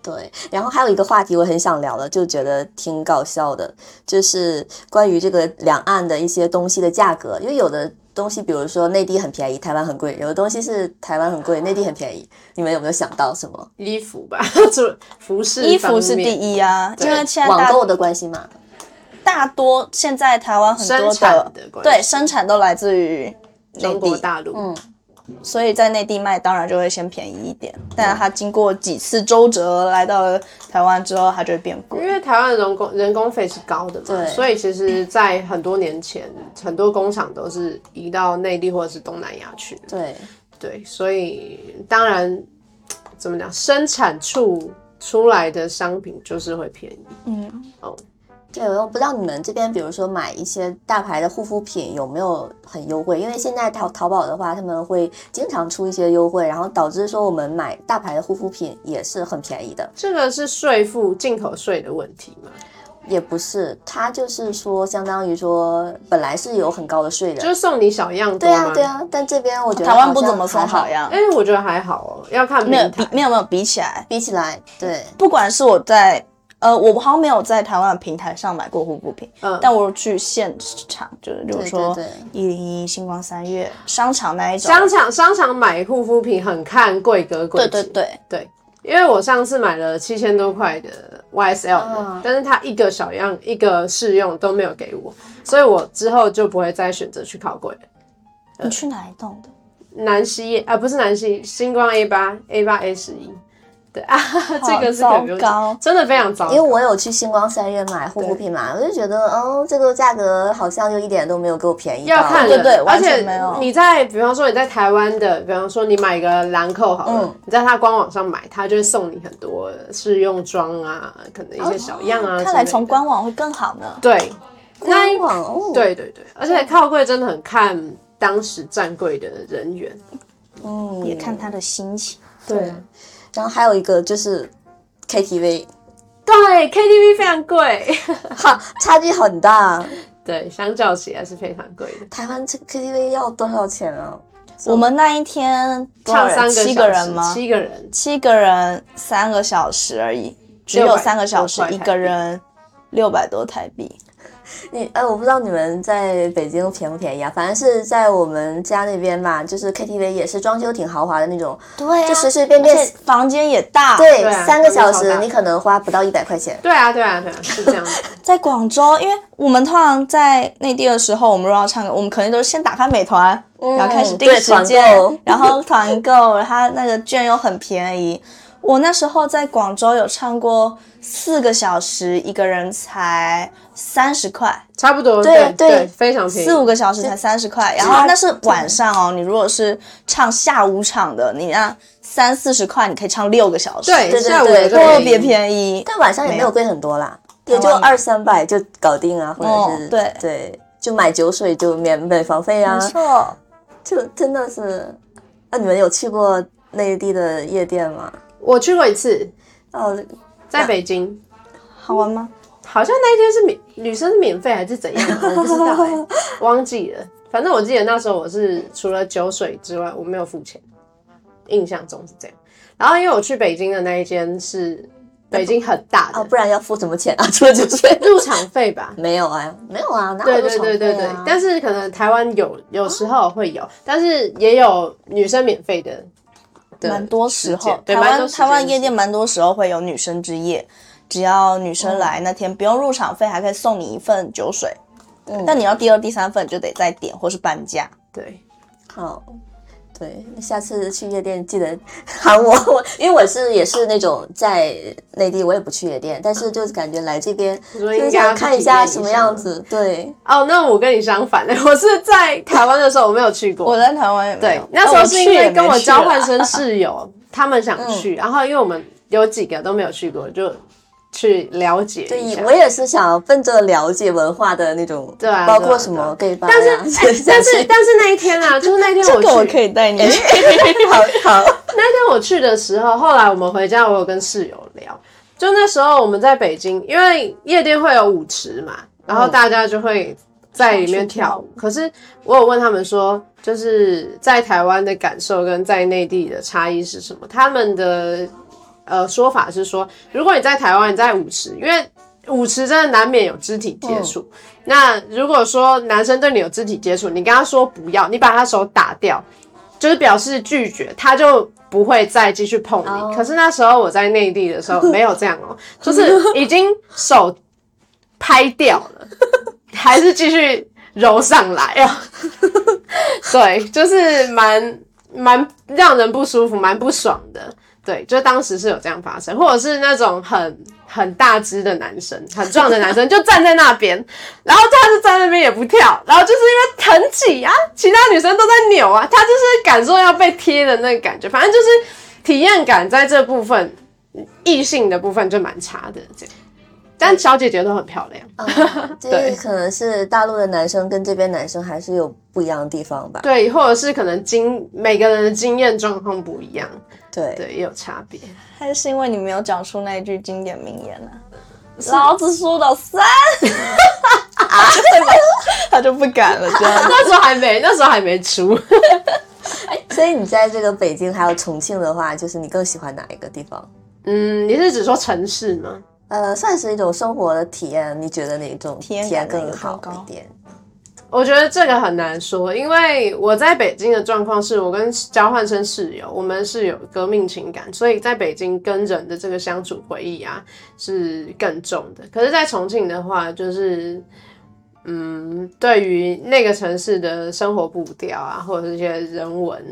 Speaker 1: 对。然后还有一个话题我很想聊的，就觉得挺搞笑的，就是关于这个两岸的一些东西的价格，因为有的。东西，比如说内地很便宜，台湾很贵；有的东西是台湾很贵，内地很便宜。你们有没有想到什么
Speaker 3: 衣服吧， (laughs) 就服饰
Speaker 2: 衣服是
Speaker 3: 方
Speaker 2: 第
Speaker 3: 面
Speaker 2: 一啊，因
Speaker 3: 对
Speaker 2: 为现在
Speaker 1: 网
Speaker 2: 大
Speaker 1: 购的关系嘛？
Speaker 2: 大多现在台湾很多
Speaker 3: 生产的关系
Speaker 2: 对生产都来自于内
Speaker 3: 中国
Speaker 2: 地，
Speaker 3: 大陆，
Speaker 1: 嗯，
Speaker 3: 嗯
Speaker 2: 所以在内地卖当然就会先便宜一点，但它经过几次周折来到了台湾之后，它就会变贵
Speaker 3: 因。为台湾的人工人工费是高的嘛
Speaker 1: 对，
Speaker 3: 所以其实，在很多年前，很多工厂都是移到内地或者是东南亚去的。
Speaker 1: 对，
Speaker 3: 对，所以当然怎么讲，生产处出来的商品就是会便宜。
Speaker 2: 嗯，
Speaker 1: 对，我不知道你们这边，比如说买一些大牌的护肤品有没有很优惠？因为现在淘淘宝的话，他们会经常出一些优惠，然后导致说我们买大牌的护肤品也是很便宜的。
Speaker 3: 这个是税负进口税的问题嘛？
Speaker 1: 也不是，它就是说相当于说本来是有很高的税的，
Speaker 3: 就是送你小样多
Speaker 1: 对啊
Speaker 3: 吗？
Speaker 1: 对啊，但这边我觉得
Speaker 2: 台湾
Speaker 1: 好
Speaker 2: 不
Speaker 1: 像
Speaker 2: 怎么
Speaker 1: 还
Speaker 2: 送
Speaker 1: 好
Speaker 2: 好，样
Speaker 3: 哎、，我觉得还好哦，要看平
Speaker 2: 没有比
Speaker 3: 台。
Speaker 2: 没有没有比起来，
Speaker 1: 比起来对。
Speaker 2: 不管是我在呃，我好像没有在台湾的平台上买过护肤品，
Speaker 3: 嗯
Speaker 2: 但我去现场，就是比如说
Speaker 1: 对
Speaker 2: 一零一星光三月商场那一种，
Speaker 3: 商场商场买护肤品很看规格规
Speaker 2: 对
Speaker 3: 矩，
Speaker 2: 对对，
Speaker 3: 对，因为我上次买了七千多块的 YSL 的，
Speaker 1: 嗯
Speaker 3: 但是它一个小样一个试用都没有给我，所以我之后就不会再选择去考柜了。嗯
Speaker 2: 你去哪一栋的？
Speaker 3: 南希啊，不是南希，星光 A 八 A 八 A 十一，对啊，这个是可
Speaker 2: 好
Speaker 3: 以不用
Speaker 2: 糟糕，
Speaker 3: 真的非常糟糕，
Speaker 1: 因为我有去星光三月买护肤品嘛，我就觉得，哦，这个价格好像又一点都没有给我便宜到。
Speaker 3: 要看
Speaker 2: 对
Speaker 3: 人
Speaker 2: 对
Speaker 3: 而
Speaker 2: 完全
Speaker 3: 且
Speaker 2: 没有
Speaker 3: 你在比方说你在台湾的，比方说你买一个兰蔻好了，
Speaker 1: 嗯
Speaker 3: 你在它官网上买，它就会送你很多试用装啊，可能一些小样啊之类的、
Speaker 2: 哦看来从官网会更好呢。
Speaker 3: 对，那
Speaker 1: 官网哦，
Speaker 3: 对对对，而且靠柜真的很看当时站柜的人员。
Speaker 1: 嗯，
Speaker 2: 也看他的心情，
Speaker 3: 对
Speaker 1: 然后还有一个就是 KTV，
Speaker 3: 对，KTV 非常贵， (laughs)
Speaker 1: 好，差距很大。
Speaker 3: 对，相较起来是非常贵的。
Speaker 1: 台湾这个 KTV 要多少钱啊？
Speaker 2: 我们那一天多少
Speaker 3: 唱
Speaker 2: 人
Speaker 3: 三个小时
Speaker 2: 七个人吗？
Speaker 3: 七个人，
Speaker 2: 七个人三个小时而已，只有
Speaker 3: 600
Speaker 2: 三个小时
Speaker 3: 多，块
Speaker 2: 一
Speaker 3: 台
Speaker 2: 个
Speaker 3: 币
Speaker 2: 人六百多台币。
Speaker 1: 你哎，我不知道你们在北京便不便宜啊？反正是在我们家那边吧，就是 KTV 也是装修挺豪华的那种，
Speaker 2: 对
Speaker 3: 啊
Speaker 1: 就随随便
Speaker 2: 而且
Speaker 1: 便。
Speaker 2: 房间也大，
Speaker 1: 对，
Speaker 3: 对啊
Speaker 1: 三个小时
Speaker 3: 超大
Speaker 1: 你可能花不到一百块钱，
Speaker 2: (laughs)
Speaker 3: 对啊对啊对啊，是这样的。
Speaker 2: 在广州，因为我们通常在内地的时候，我们如果要唱歌，我们肯定都是先打开美团，然后开始定
Speaker 1: 对
Speaker 2: 时
Speaker 1: 团
Speaker 2: 间
Speaker 1: 购，
Speaker 2: 然后团购，它那个券又很便宜。我那时候在广州有唱过四个小时，一个人才三十块，
Speaker 3: 差不多，
Speaker 1: 对
Speaker 3: 对
Speaker 1: 对
Speaker 3: 非常便宜，
Speaker 2: 四五个小时才三十块。然后那是晚上哦，你如果是唱下午场的，你那三四十块，你可以唱六个小时，
Speaker 3: 对
Speaker 1: 对对
Speaker 3: 下午
Speaker 1: 对
Speaker 3: 有个
Speaker 2: 特
Speaker 3: 便宜
Speaker 2: 别便宜。
Speaker 1: 但晚上也没有贵很多啦，也就
Speaker 2: 台湾
Speaker 1: 二三百就搞定啊，或
Speaker 3: 哦
Speaker 1: 者是、
Speaker 2: 嗯对
Speaker 1: 对，就买酒水就免免房费啊
Speaker 2: 没，错，
Speaker 1: 就真的是。那、你们有去过内地的夜店吗？
Speaker 3: 我去过一次，
Speaker 1: 哦，
Speaker 3: 在北京，
Speaker 2: 好玩吗？
Speaker 3: 好像那一天是免女生是免费还是怎样，我不知道哎、
Speaker 1: (laughs)
Speaker 3: 忘记了。反正我记得那时候我是除了酒水之外，我没有付钱，印象中是这样。然后因为我去北京的那一间是北京很大
Speaker 1: 啊，
Speaker 3: 的，
Speaker 1: 不然要付什么钱啊？除了酒水， (laughs)
Speaker 3: 入场费吧，
Speaker 1: 没有啊，没有啊，哪
Speaker 3: 对
Speaker 1: 有
Speaker 3: 对
Speaker 1: 多少
Speaker 3: 对对
Speaker 1: 费
Speaker 3: 对
Speaker 1: 啊，？
Speaker 3: 但是可能台湾有有时候会有，但是也有女生免费的，的
Speaker 2: 蛮多时
Speaker 3: 时
Speaker 2: 候
Speaker 3: 间，对
Speaker 2: 台
Speaker 3: 蛮多
Speaker 2: 湾
Speaker 3: 时
Speaker 2: 台湾
Speaker 3: 间
Speaker 2: 夜店蛮多时候会有女生之夜，只要女生来那天不用入场费，还可以送你一份酒水。
Speaker 1: 嗯
Speaker 2: 但你要第二、第三份就得再点或是半价。
Speaker 3: 对，
Speaker 1: 好，对，那下次去夜店记得喊我， (laughs) 我因为我是也是那种在内地我也不去夜店，但是就是感觉来这边
Speaker 3: 我说
Speaker 1: 就
Speaker 3: 应
Speaker 1: 是
Speaker 3: 该要
Speaker 1: 想
Speaker 3: 去
Speaker 1: 看一
Speaker 3: 体
Speaker 1: 下
Speaker 3: 验一
Speaker 1: 什么
Speaker 3: 下
Speaker 1: 样子，对，
Speaker 3: 哦，那我跟你相反 (laughs) 的，我是在台湾的时候我没有去过，
Speaker 2: 我在台湾也没
Speaker 3: 对
Speaker 2: 有，
Speaker 3: 那时候是因为跟我交换。
Speaker 2: 哎但我去也没去啦嗯
Speaker 3: 生室友他们想去，然后因为我们有几个都没有去过，就去了解一下
Speaker 1: 对，我。也是想要奔着了解文化的那种，
Speaker 3: 对啊
Speaker 1: 包
Speaker 3: 对啊
Speaker 1: 括
Speaker 3: 对
Speaker 1: 什
Speaker 3: 啊
Speaker 1: 么 gay 吧、
Speaker 3: 但是，
Speaker 1: 呀，
Speaker 3: 哎 (laughs) 但是，但是那一天啊，就是那天我
Speaker 2: 这
Speaker 3: 去，
Speaker 2: 个我可以带你去，
Speaker 1: 好好，
Speaker 3: 那天我去的时候，后来我们回家，我有跟室友聊，就那时候我们在北京，因为夜店会有舞池嘛，然后大家就会在里面跳舞。可是我有问他们说，就是在台湾的感受跟在内地的差异是什么？他们的呃说法是说，如果你在台湾，你在舞池，因为舞池真的难免有肢体接触。那如果说男生对你有肢体接触，你跟他说不要，你把他手打掉，就是表示拒绝，他就不会再继续碰你。
Speaker 1: 哦
Speaker 3: 可是那时候我在内地的时候没有这样哦、就是已经手拍掉了， (laughs) 还是继续揉上来啊。对，就是蛮蛮让人不舒服，蛮不爽的。对，就当时是有这样发生，或者是那种很很大只的男生，很壮的男生就站在那边，然后他就在那边也不跳，然后就是因为很挤啊，其他女生都在扭啊，他就是感受要被贴的那个感觉，反正就是体验感在这部分，异性的部分就蛮差的这样。但小姐姐都很漂亮， (laughs)
Speaker 1: 啊就是
Speaker 3: 对
Speaker 1: 可能是大陆的男生跟这边男生还是有不一样的地方吧，
Speaker 3: 对，或者是可能经每个人的经验状况不一样，
Speaker 1: 对，
Speaker 3: 对，也有差 (laughs) 别。
Speaker 2: 还是因为你没有讲出那一句经典名言啊？老子说的算， (laughs) 他就不敢了，这
Speaker 3: (laughs)
Speaker 2: 样。
Speaker 3: 那时候还没，那时候还没出。
Speaker 1: 所以你在这个北京还有重庆的话，就是你更喜欢哪一个地方？
Speaker 3: 嗯，你是指说城市吗？
Speaker 1: 呃，算是一种生活的体验，你觉得哪种体
Speaker 2: 验
Speaker 1: 验
Speaker 2: 感
Speaker 1: 更
Speaker 2: 哪一个
Speaker 1: 好
Speaker 2: 更高
Speaker 1: 一点？
Speaker 3: 我觉得这个很难说，因为我在北京的状况是我跟交换生室友，我们是有革命情感，所以在北京跟人的这个相处回忆啊是更重的。可是，在重庆的话，就是嗯，对于那个城市的生活步调啊，或者是一些人文，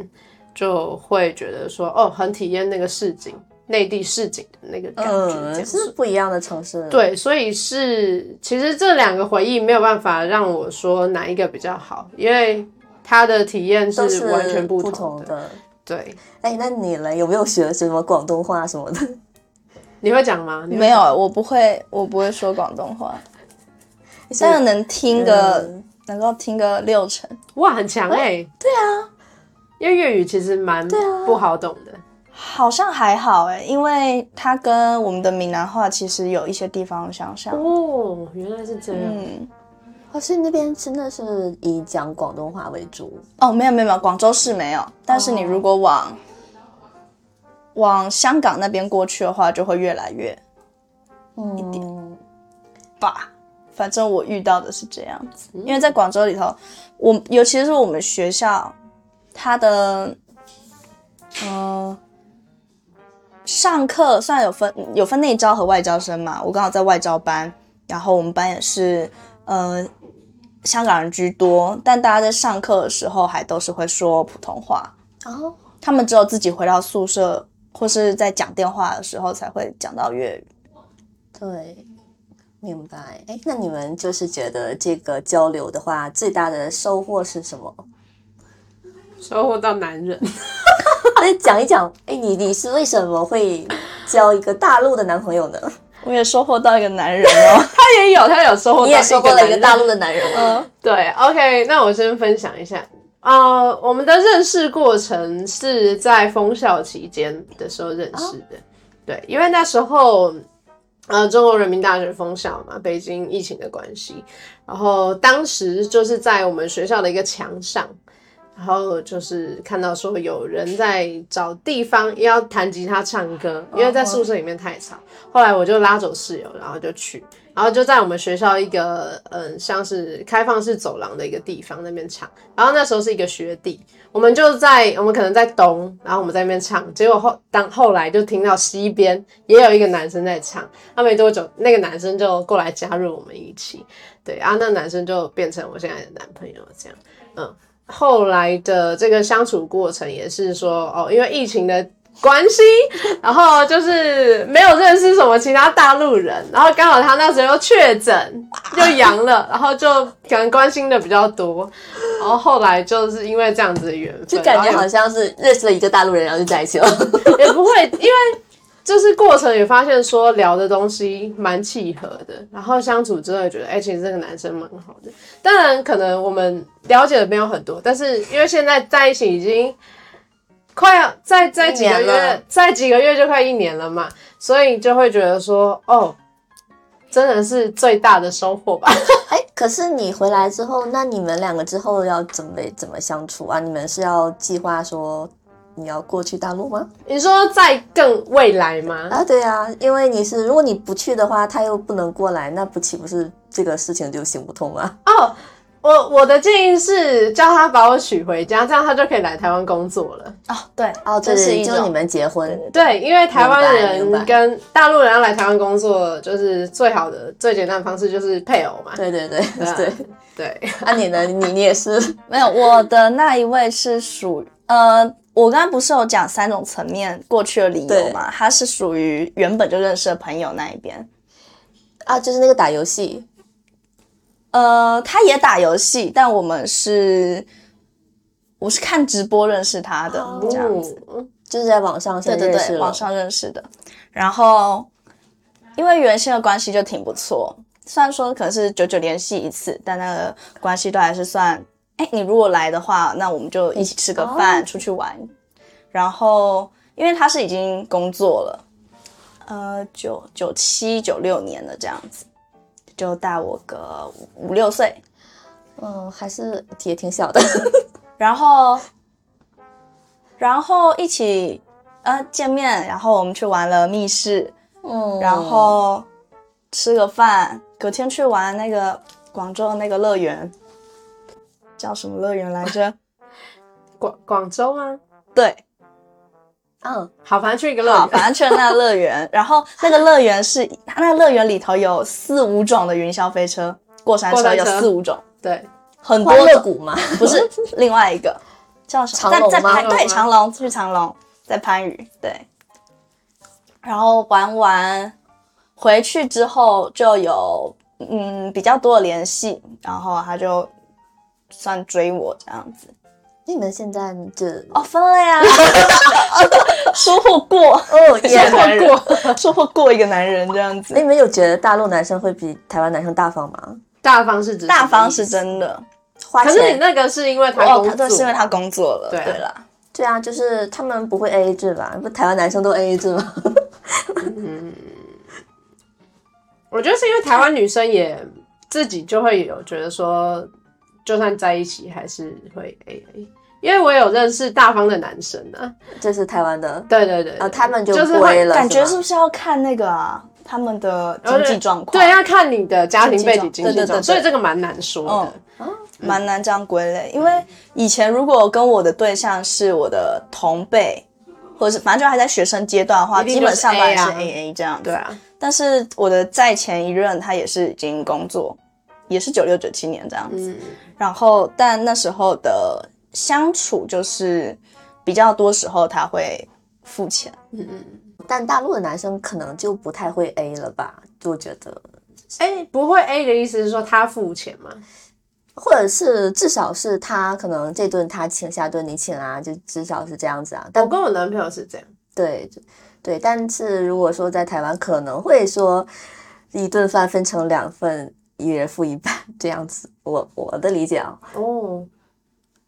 Speaker 3: 就会觉得说哦，很体验那个市井，内地市井的那个感觉，这样
Speaker 1: 嗯，
Speaker 3: 子
Speaker 1: 是不一样的城市。，
Speaker 3: 对，所以是其实这两个回忆没有办法让我说哪一个比较好，因为它的体验
Speaker 1: 都是
Speaker 3: 完全
Speaker 1: 不
Speaker 3: 同
Speaker 1: 同
Speaker 3: 的。
Speaker 1: 的。
Speaker 3: 对，
Speaker 1: 哎，那你呢？有没有学什么广东话什么的？ (laughs)
Speaker 3: 你会讲吗？你会
Speaker 2: 没有，我不会，我不会说广东话，但是能听个、能够听个六成。
Speaker 3: 哇，很强哎、对啊，因为粤语其实蛮不好懂的。
Speaker 2: 好像还好哎，因为它跟我们的闽南话其实有一些地方相像。
Speaker 3: 哦，原来是这样。
Speaker 2: 嗯，
Speaker 1: 哦，所以那边真的是以讲广东话为主。
Speaker 2: 哦，没有没有没有，广州市没有，但是你如果往、往香港那边过去的话，就会越来越
Speaker 1: 嗯，一点。
Speaker 2: 吧。反正我遇到的是这样子，因为在广州里头，我尤其是我们学校，它的呃上课虽然有分有分内招和外招生嘛，我刚好在外招班，然后我们班也是，呃，香港人居多，但大家在上课的时候还都是会说普通话，
Speaker 1: 哦，
Speaker 2: 他们只有自己回到宿舍或是在讲电话的时候才会讲到粤语。
Speaker 1: 对，明白。哎，那你们就是觉得这个交流的话，最大的收获是什么？ (laughs)
Speaker 3: 收获到男人，
Speaker 1: 那讲一讲，哎，你你是为什么会交一个大陆的男朋友呢？
Speaker 2: 我也收获到一个男人哦，
Speaker 3: 他也有，他有收获到
Speaker 1: 你也收获了一个
Speaker 3: 男
Speaker 1: 大
Speaker 3: 人嗯
Speaker 1: 陆的男人吗？
Speaker 3: 对，OK，那我先分享一下。呃，我们的认识过程是在封校期间的时候认识的。对，因为那时候，呃，中国人民大学封校嘛，北京疫情的关系，然后当时就是在我们学校的一个墙上，然后就是看到说有人在找地方要弹吉他唱歌，因为在宿舍里面太吵。后来我就拉走室友，然后就去，然后就在我们学校一个嗯，像是开放式走廊的一个地方那边唱。然后那时候是一个学弟，我们就在我们可能在东，然后我们在那边唱，结果后当后来就听到西边也有一个男生在唱，那没多久那个男生就过来加入我们一起，对，然后那男生就变成我现在的男朋友这样，嗯。后来的这个相处过程也是说，哦，因为疫情的关系，然后就是没有认识什么其他大陆人，然后刚好他那时候又确诊，又阳了，然后就可能关心的比较多，然后后来就是因为这样子的缘分，
Speaker 1: 就感觉
Speaker 3: 然后
Speaker 1: 好像是认识了一个大陆人，然后就在一起了。 (laughs)
Speaker 3: (laughs) 也不会，因为就是过程也发现说聊的东西蛮契合的，然后相处之后也觉得，哎、其实这个男生蛮好的。当然，可能我们了解的没有很多，但是因为现在在一起已经快要再再几个
Speaker 1: 一年了
Speaker 3: 月，再几个月就快一年了嘛，所以就会觉得说，哦，真的是最大的收获吧。 (laughs)
Speaker 1: 哎，可是你回来之后，那你们两个之后要准备怎么相处啊？你们是要计划说你要过去大陆吗？
Speaker 3: 你说在更未来吗？
Speaker 1: 啊，对啊，因为你是如果你不去的话，他又不能过来，那不岂不是这个事情就行不通啊？
Speaker 3: 哦，我我的建议是叫他把我娶回家，这样他就可以来台湾工作了。
Speaker 2: (laughs) 哦，对，
Speaker 1: 哦，
Speaker 2: 这
Speaker 1: 对
Speaker 2: 是
Speaker 1: 对，
Speaker 2: 一
Speaker 1: 就是你
Speaker 2: 种
Speaker 1: 们结婚，
Speaker 3: 对，因为台湾
Speaker 1: 明白明白
Speaker 3: 人跟大陆人要来台湾工作，就是最好的、最简单的方式就是配偶嘛。
Speaker 1: 对对对
Speaker 3: 啊
Speaker 1: (laughs) 对。
Speaker 3: 对，
Speaker 1: 那你呢？你你也是
Speaker 2: 没有我的那一位是属于呃。我刚刚不是有讲三种层面过去的理由
Speaker 1: 对
Speaker 2: 嘛？他是属于原本就认识的朋友那一边，
Speaker 1: 啊，就是那个打游戏，
Speaker 2: 呃，他也打游戏，但我们是我是看直播认识他的，
Speaker 1: 哦
Speaker 2: 这样子，
Speaker 3: 子。
Speaker 1: 就是在网上
Speaker 2: 对
Speaker 1: 先
Speaker 2: 对
Speaker 1: 认识
Speaker 2: 对，
Speaker 1: 了
Speaker 2: 网上认识的。然后因为原先的关系就挺不错，虽然说可能是久久联系一次，但那个关系都还是算，哎，你如果来的话，那我们就一起吃个
Speaker 1: 哦
Speaker 2: 饭，出去玩。然后因为他是已经工作了，呃，九九七九六年的这样子，就大我个五六岁。
Speaker 1: 嗯，还是也挺小的，
Speaker 2: 然后，然后一起呃见面，然后我们去玩了密室，
Speaker 1: (laughs) 嗯，
Speaker 2: 然后吃个饭，隔天去玩那个广州的那个乐园，叫什么乐园来
Speaker 3: (laughs)
Speaker 2: 着？
Speaker 3: 广广州吗？
Speaker 2: 对，
Speaker 1: 嗯，
Speaker 3: 好，反正去一个
Speaker 2: 好，
Speaker 3: 乐
Speaker 2: 反
Speaker 3: 园。
Speaker 2: 正去了那个乐园，然后那个乐园是它那个乐园里头有四五种的云霄飞车、过山
Speaker 3: 过
Speaker 2: 车
Speaker 3: 山
Speaker 2: 有
Speaker 3: 车
Speaker 2: 四五种，
Speaker 3: 对，
Speaker 2: 很多
Speaker 1: 欢乐
Speaker 2: 种
Speaker 1: 谷嘛，
Speaker 2: 不是另外一个叫什
Speaker 1: 长
Speaker 2: 么？在
Speaker 1: 隆
Speaker 2: 在
Speaker 1: 吗
Speaker 2: 番
Speaker 3: 长隆吗
Speaker 2: 对
Speaker 3: 嗯
Speaker 2: 长隆去长隆，在番禺对。然后玩完回去之后就有嗯比较多的联系，然后他就算追我这样子
Speaker 1: 你们现在就
Speaker 2: 哦，分
Speaker 3: (laughs)
Speaker 2: 了呀，哦收获过
Speaker 1: (laughs) 哦
Speaker 2: 收
Speaker 1: 耶！
Speaker 3: 男人
Speaker 2: 获过 (laughs) 收获过一个男人这样
Speaker 1: 那
Speaker 2: 子，
Speaker 1: 你们有觉得大陆男生会比台湾男生大方吗？
Speaker 3: 大方是指
Speaker 2: 大方是真的
Speaker 1: 花
Speaker 3: 可是你那个是因为他
Speaker 2: 哦，
Speaker 3: 工
Speaker 2: 他
Speaker 3: 作，
Speaker 2: 对是因为他工作了，
Speaker 3: 对啊
Speaker 2: 对啦，
Speaker 1: 对啊，就是他们不会 A A 制吧？不，台湾男生都 A A 制吗？ (laughs)
Speaker 3: 我觉得是因为台湾女生也自己就会有觉得说，就算在一起还是会 A A。因为我有认识大方的男生啊，
Speaker 1: 这是台湾的，
Speaker 3: 对对对，
Speaker 2: 哦
Speaker 1: 啊，他们
Speaker 3: 就是
Speaker 1: 不 A
Speaker 3: 会
Speaker 1: 了，
Speaker 2: 感觉
Speaker 1: 是
Speaker 2: 是
Speaker 1: 吗
Speaker 2: 不是要看那个啊他们的经济状
Speaker 3: 呃
Speaker 2: 况？
Speaker 3: 对，要啊看你的家庭背景、
Speaker 2: 经
Speaker 3: 经
Speaker 2: 济
Speaker 3: 济状况，
Speaker 2: 状对对对对哦
Speaker 3: 所以这个蛮难说的。
Speaker 2: 蛮难这样归类，因为以前如果跟我的对象是我的同辈，或者是反正就还在学生阶段的话，
Speaker 3: 一定
Speaker 2: 基
Speaker 3: 就是
Speaker 2: 本上都
Speaker 3: A
Speaker 2: 还是
Speaker 3: 啊
Speaker 2: A A 这样子。
Speaker 3: 对啊，
Speaker 2: 但是我的在前一任他也是已经工作，也是九六九七年这样子。
Speaker 3: 嗯，
Speaker 2: 然后，但那时候的相处就是比较多时候他会付钱，
Speaker 3: 嗯嗯，
Speaker 1: 但大陆的男生可能就不太会 A 了吧？我觉得，
Speaker 3: 哎，不会 A 的意思是说他付钱吗？
Speaker 1: 或者是至少是他可能这顿他请，下顿你请啊，就至少是这样子啊。但
Speaker 3: 我跟我男朋友是这样，
Speaker 1: 对就对，但是如果说在台湾，可能会说一顿饭分成两份，一人付一半这样子。我我的理解啊，
Speaker 3: 哦，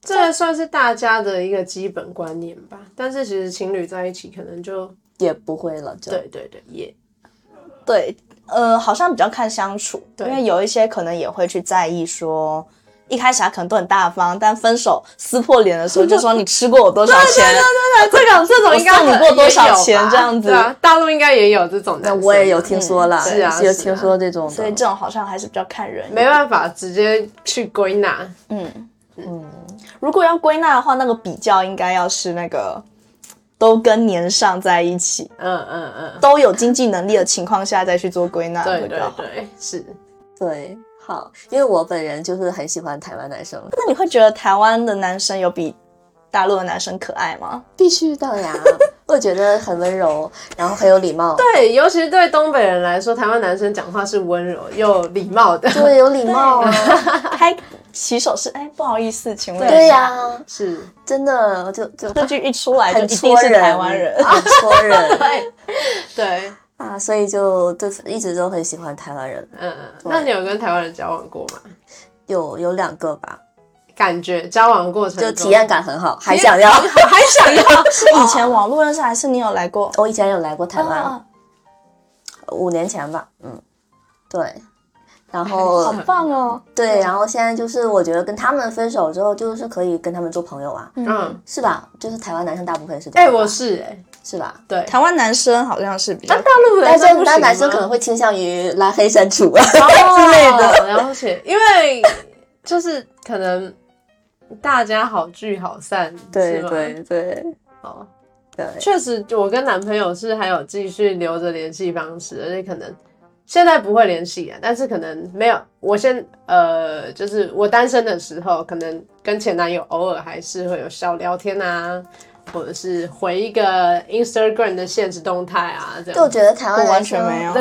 Speaker 3: 这算是大家的一个基本观念吧。但是其实情侣在一起可能就
Speaker 1: 也不会了，就
Speaker 3: 对对对，也
Speaker 2: 对，呃，好像比较看相处，因
Speaker 3: 对
Speaker 2: 为有一些可能也会去在意说。一开始他啊可能都很大方，但分手撕破脸的时候就说你吃过我多少钱，
Speaker 3: (laughs) 对对，这个这 (laughs)
Speaker 2: 我
Speaker 3: 种应该
Speaker 2: 送你
Speaker 3: 很
Speaker 2: 过多
Speaker 3: 也
Speaker 2: 少
Speaker 3: 有
Speaker 2: 钱
Speaker 3: 吧
Speaker 2: 这样子
Speaker 3: 对啊，大陆应该也有这种男
Speaker 1: 那
Speaker 3: 生，
Speaker 1: 我也有听说了，
Speaker 3: 是啊
Speaker 1: 有
Speaker 3: 是啊
Speaker 1: 听说这种的，
Speaker 2: 所以这种好像还是比较看人。
Speaker 3: 没办法直接去归纳。
Speaker 2: 如果要归纳的话，那个比较应该要是那个都跟年上在一起，
Speaker 3: 嗯嗯嗯，
Speaker 2: 都有经济能力的情况下再去做归纳
Speaker 3: 对
Speaker 2: 会比
Speaker 3: 对
Speaker 2: 较好。
Speaker 3: 对，是。
Speaker 1: 对。好，因为我本人就是很喜欢台湾男生，
Speaker 2: 那你会觉得台湾的男生有比大陆的男生可爱
Speaker 3: (laughs)
Speaker 2: 吗？
Speaker 1: 必须的呀。我觉得很温柔，然后很有礼貌，
Speaker 3: 对，尤其是对东北人来说，台湾男生讲话是温柔又礼貌的。
Speaker 1: 对，有礼貌啊，
Speaker 2: 还起哎手是哎，不好意思，请问一下
Speaker 1: 对呀、
Speaker 3: 是，
Speaker 1: 真的，我就就
Speaker 2: 这句一出来就
Speaker 1: 很
Speaker 2: 一定
Speaker 1: 戳
Speaker 2: 是
Speaker 1: 人，
Speaker 2: 台湾人。
Speaker 1: 很戳人
Speaker 3: 对对，
Speaker 1: 啊，所以就就一直都很喜欢台湾人，
Speaker 3: 嗯。那你有跟台湾人交往过吗？
Speaker 1: 有有两个吧，
Speaker 3: 感觉交往过程
Speaker 1: 就
Speaker 3: 中
Speaker 1: 体验感很好，还想要。
Speaker 3: 还想要
Speaker 2: 是以前网络认识，还是你有来过？
Speaker 1: (laughs) 我以前有来过台湾，
Speaker 3: 哦
Speaker 2: 啊
Speaker 1: 五年前吧，嗯，对，然
Speaker 2: 好
Speaker 1: 后
Speaker 2: 棒哦！
Speaker 1: 对，然后现在就是我觉得跟他们分手之后，就是可以跟他们做朋友啊，
Speaker 3: 嗯，
Speaker 1: 是吧？就是台湾男生大部分是这
Speaker 3: 哎、
Speaker 1: 样吧，
Speaker 3: 我是哎、
Speaker 1: 是吧？
Speaker 3: 对，
Speaker 2: 台湾男生好像是比较
Speaker 3: 大陆
Speaker 1: 但
Speaker 3: 男
Speaker 1: 是
Speaker 3: 生不
Speaker 1: 但
Speaker 3: 行啊
Speaker 1: 男生
Speaker 3: 吗
Speaker 1: 可能会倾向于拉黑删除啊， (laughs)
Speaker 3: 之
Speaker 1: 类的。
Speaker 3: 哦了解，因为就是可能大家好聚好散，
Speaker 1: 对
Speaker 3: 是吗
Speaker 1: 对对
Speaker 3: 哦，
Speaker 1: 对，
Speaker 3: 确实，我跟男朋友是还有继续留着联系方式，而且可能现在不会联系啊，但是可能没有。我先呃，就是我单身的时候，可能跟前男友偶尔还是会有小聊天啊，或者是回一个 Instagram 的现实动态啊，这
Speaker 1: 就我
Speaker 3: 样。
Speaker 1: 觉得台湾
Speaker 2: 我完
Speaker 1: 男
Speaker 2: 全
Speaker 1: 生
Speaker 2: 没有。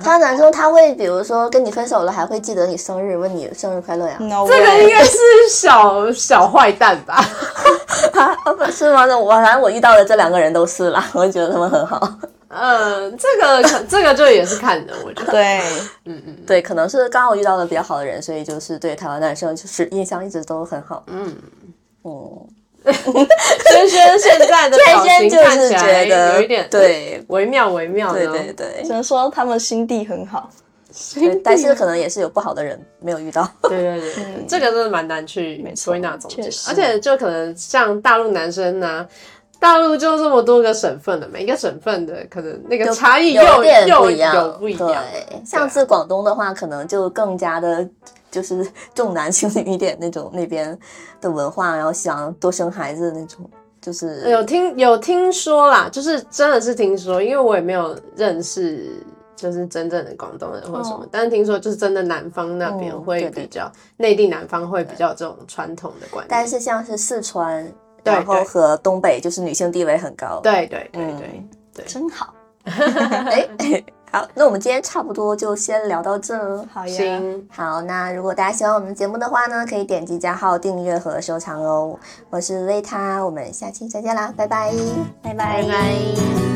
Speaker 1: 他男生他会比如说跟你分手了，还会记得你生日，问你生日快乐呀，
Speaker 2: No
Speaker 3: 这个应
Speaker 2: way
Speaker 3: 该是小小坏蛋吧？
Speaker 1: 啊不是吗？那我反正我遇到的这两个人都是啦， (laughs) 我觉得他们很好。
Speaker 3: 呃，这个可这个就也是看人，我觉得。
Speaker 2: 对，
Speaker 3: 嗯嗯
Speaker 1: 对，可能是刚好遇到的比较好的人，所以就是对台湾男生就是印象一直都很好。
Speaker 3: 嗯。
Speaker 1: 嗯，
Speaker 3: 轩轩现在的表
Speaker 1: 轩
Speaker 3: 情
Speaker 1: 就
Speaker 3: 看
Speaker 1: 是
Speaker 3: 起
Speaker 1: 觉
Speaker 3: 来
Speaker 1: 得
Speaker 3: 有一点
Speaker 1: 对
Speaker 3: 微妙微妙的
Speaker 1: 对
Speaker 3: 哦，
Speaker 1: 对对
Speaker 2: 只能说他们心地很好。
Speaker 3: (laughs)
Speaker 1: 对，但是可能也是有不好的人没有遇到。
Speaker 3: 对对对，这个真的蛮难去
Speaker 2: 错
Speaker 3: 归纳总结
Speaker 2: 确
Speaker 3: 的，
Speaker 2: 实
Speaker 3: 而且就可能像大陆男生呢、大陆就这么多个省份了，每一个省份的可能那个差异又
Speaker 1: 有点
Speaker 3: 又
Speaker 1: 不一样，
Speaker 3: 有不一样。
Speaker 1: 对，上次广东的话，可能就更加的，就是 (laughs) 重男轻女一点那种那边的文化，然后想多生孩子那种，就是、
Speaker 3: 啊有听有听说啦，就是真的是听说，因为我也没有认识就是真正的广东人或什么，
Speaker 2: 哦
Speaker 3: 但是听说就是真的南方那边
Speaker 1: 嗯
Speaker 3: 会
Speaker 1: 对对
Speaker 3: 比较，内地南方会比较这种传统的观念。
Speaker 1: 但是像是四川，
Speaker 3: 对
Speaker 1: 然后
Speaker 3: 对
Speaker 1: 和东北，就是女性地位很高。 (laughs)
Speaker 3: 对对对
Speaker 1: 嗯
Speaker 3: 对，(laughs)
Speaker 2: 真好，
Speaker 1: 哎，好，那我们今天差不多就先聊到这儿。
Speaker 2: 好呀，
Speaker 3: 行，
Speaker 1: 好，那如果大家喜欢我们的节目的话呢，可以点击加号订阅和收藏哦。我是维塔，我们下期再见啦，拜拜。
Speaker 2: 拜拜
Speaker 3: 拜拜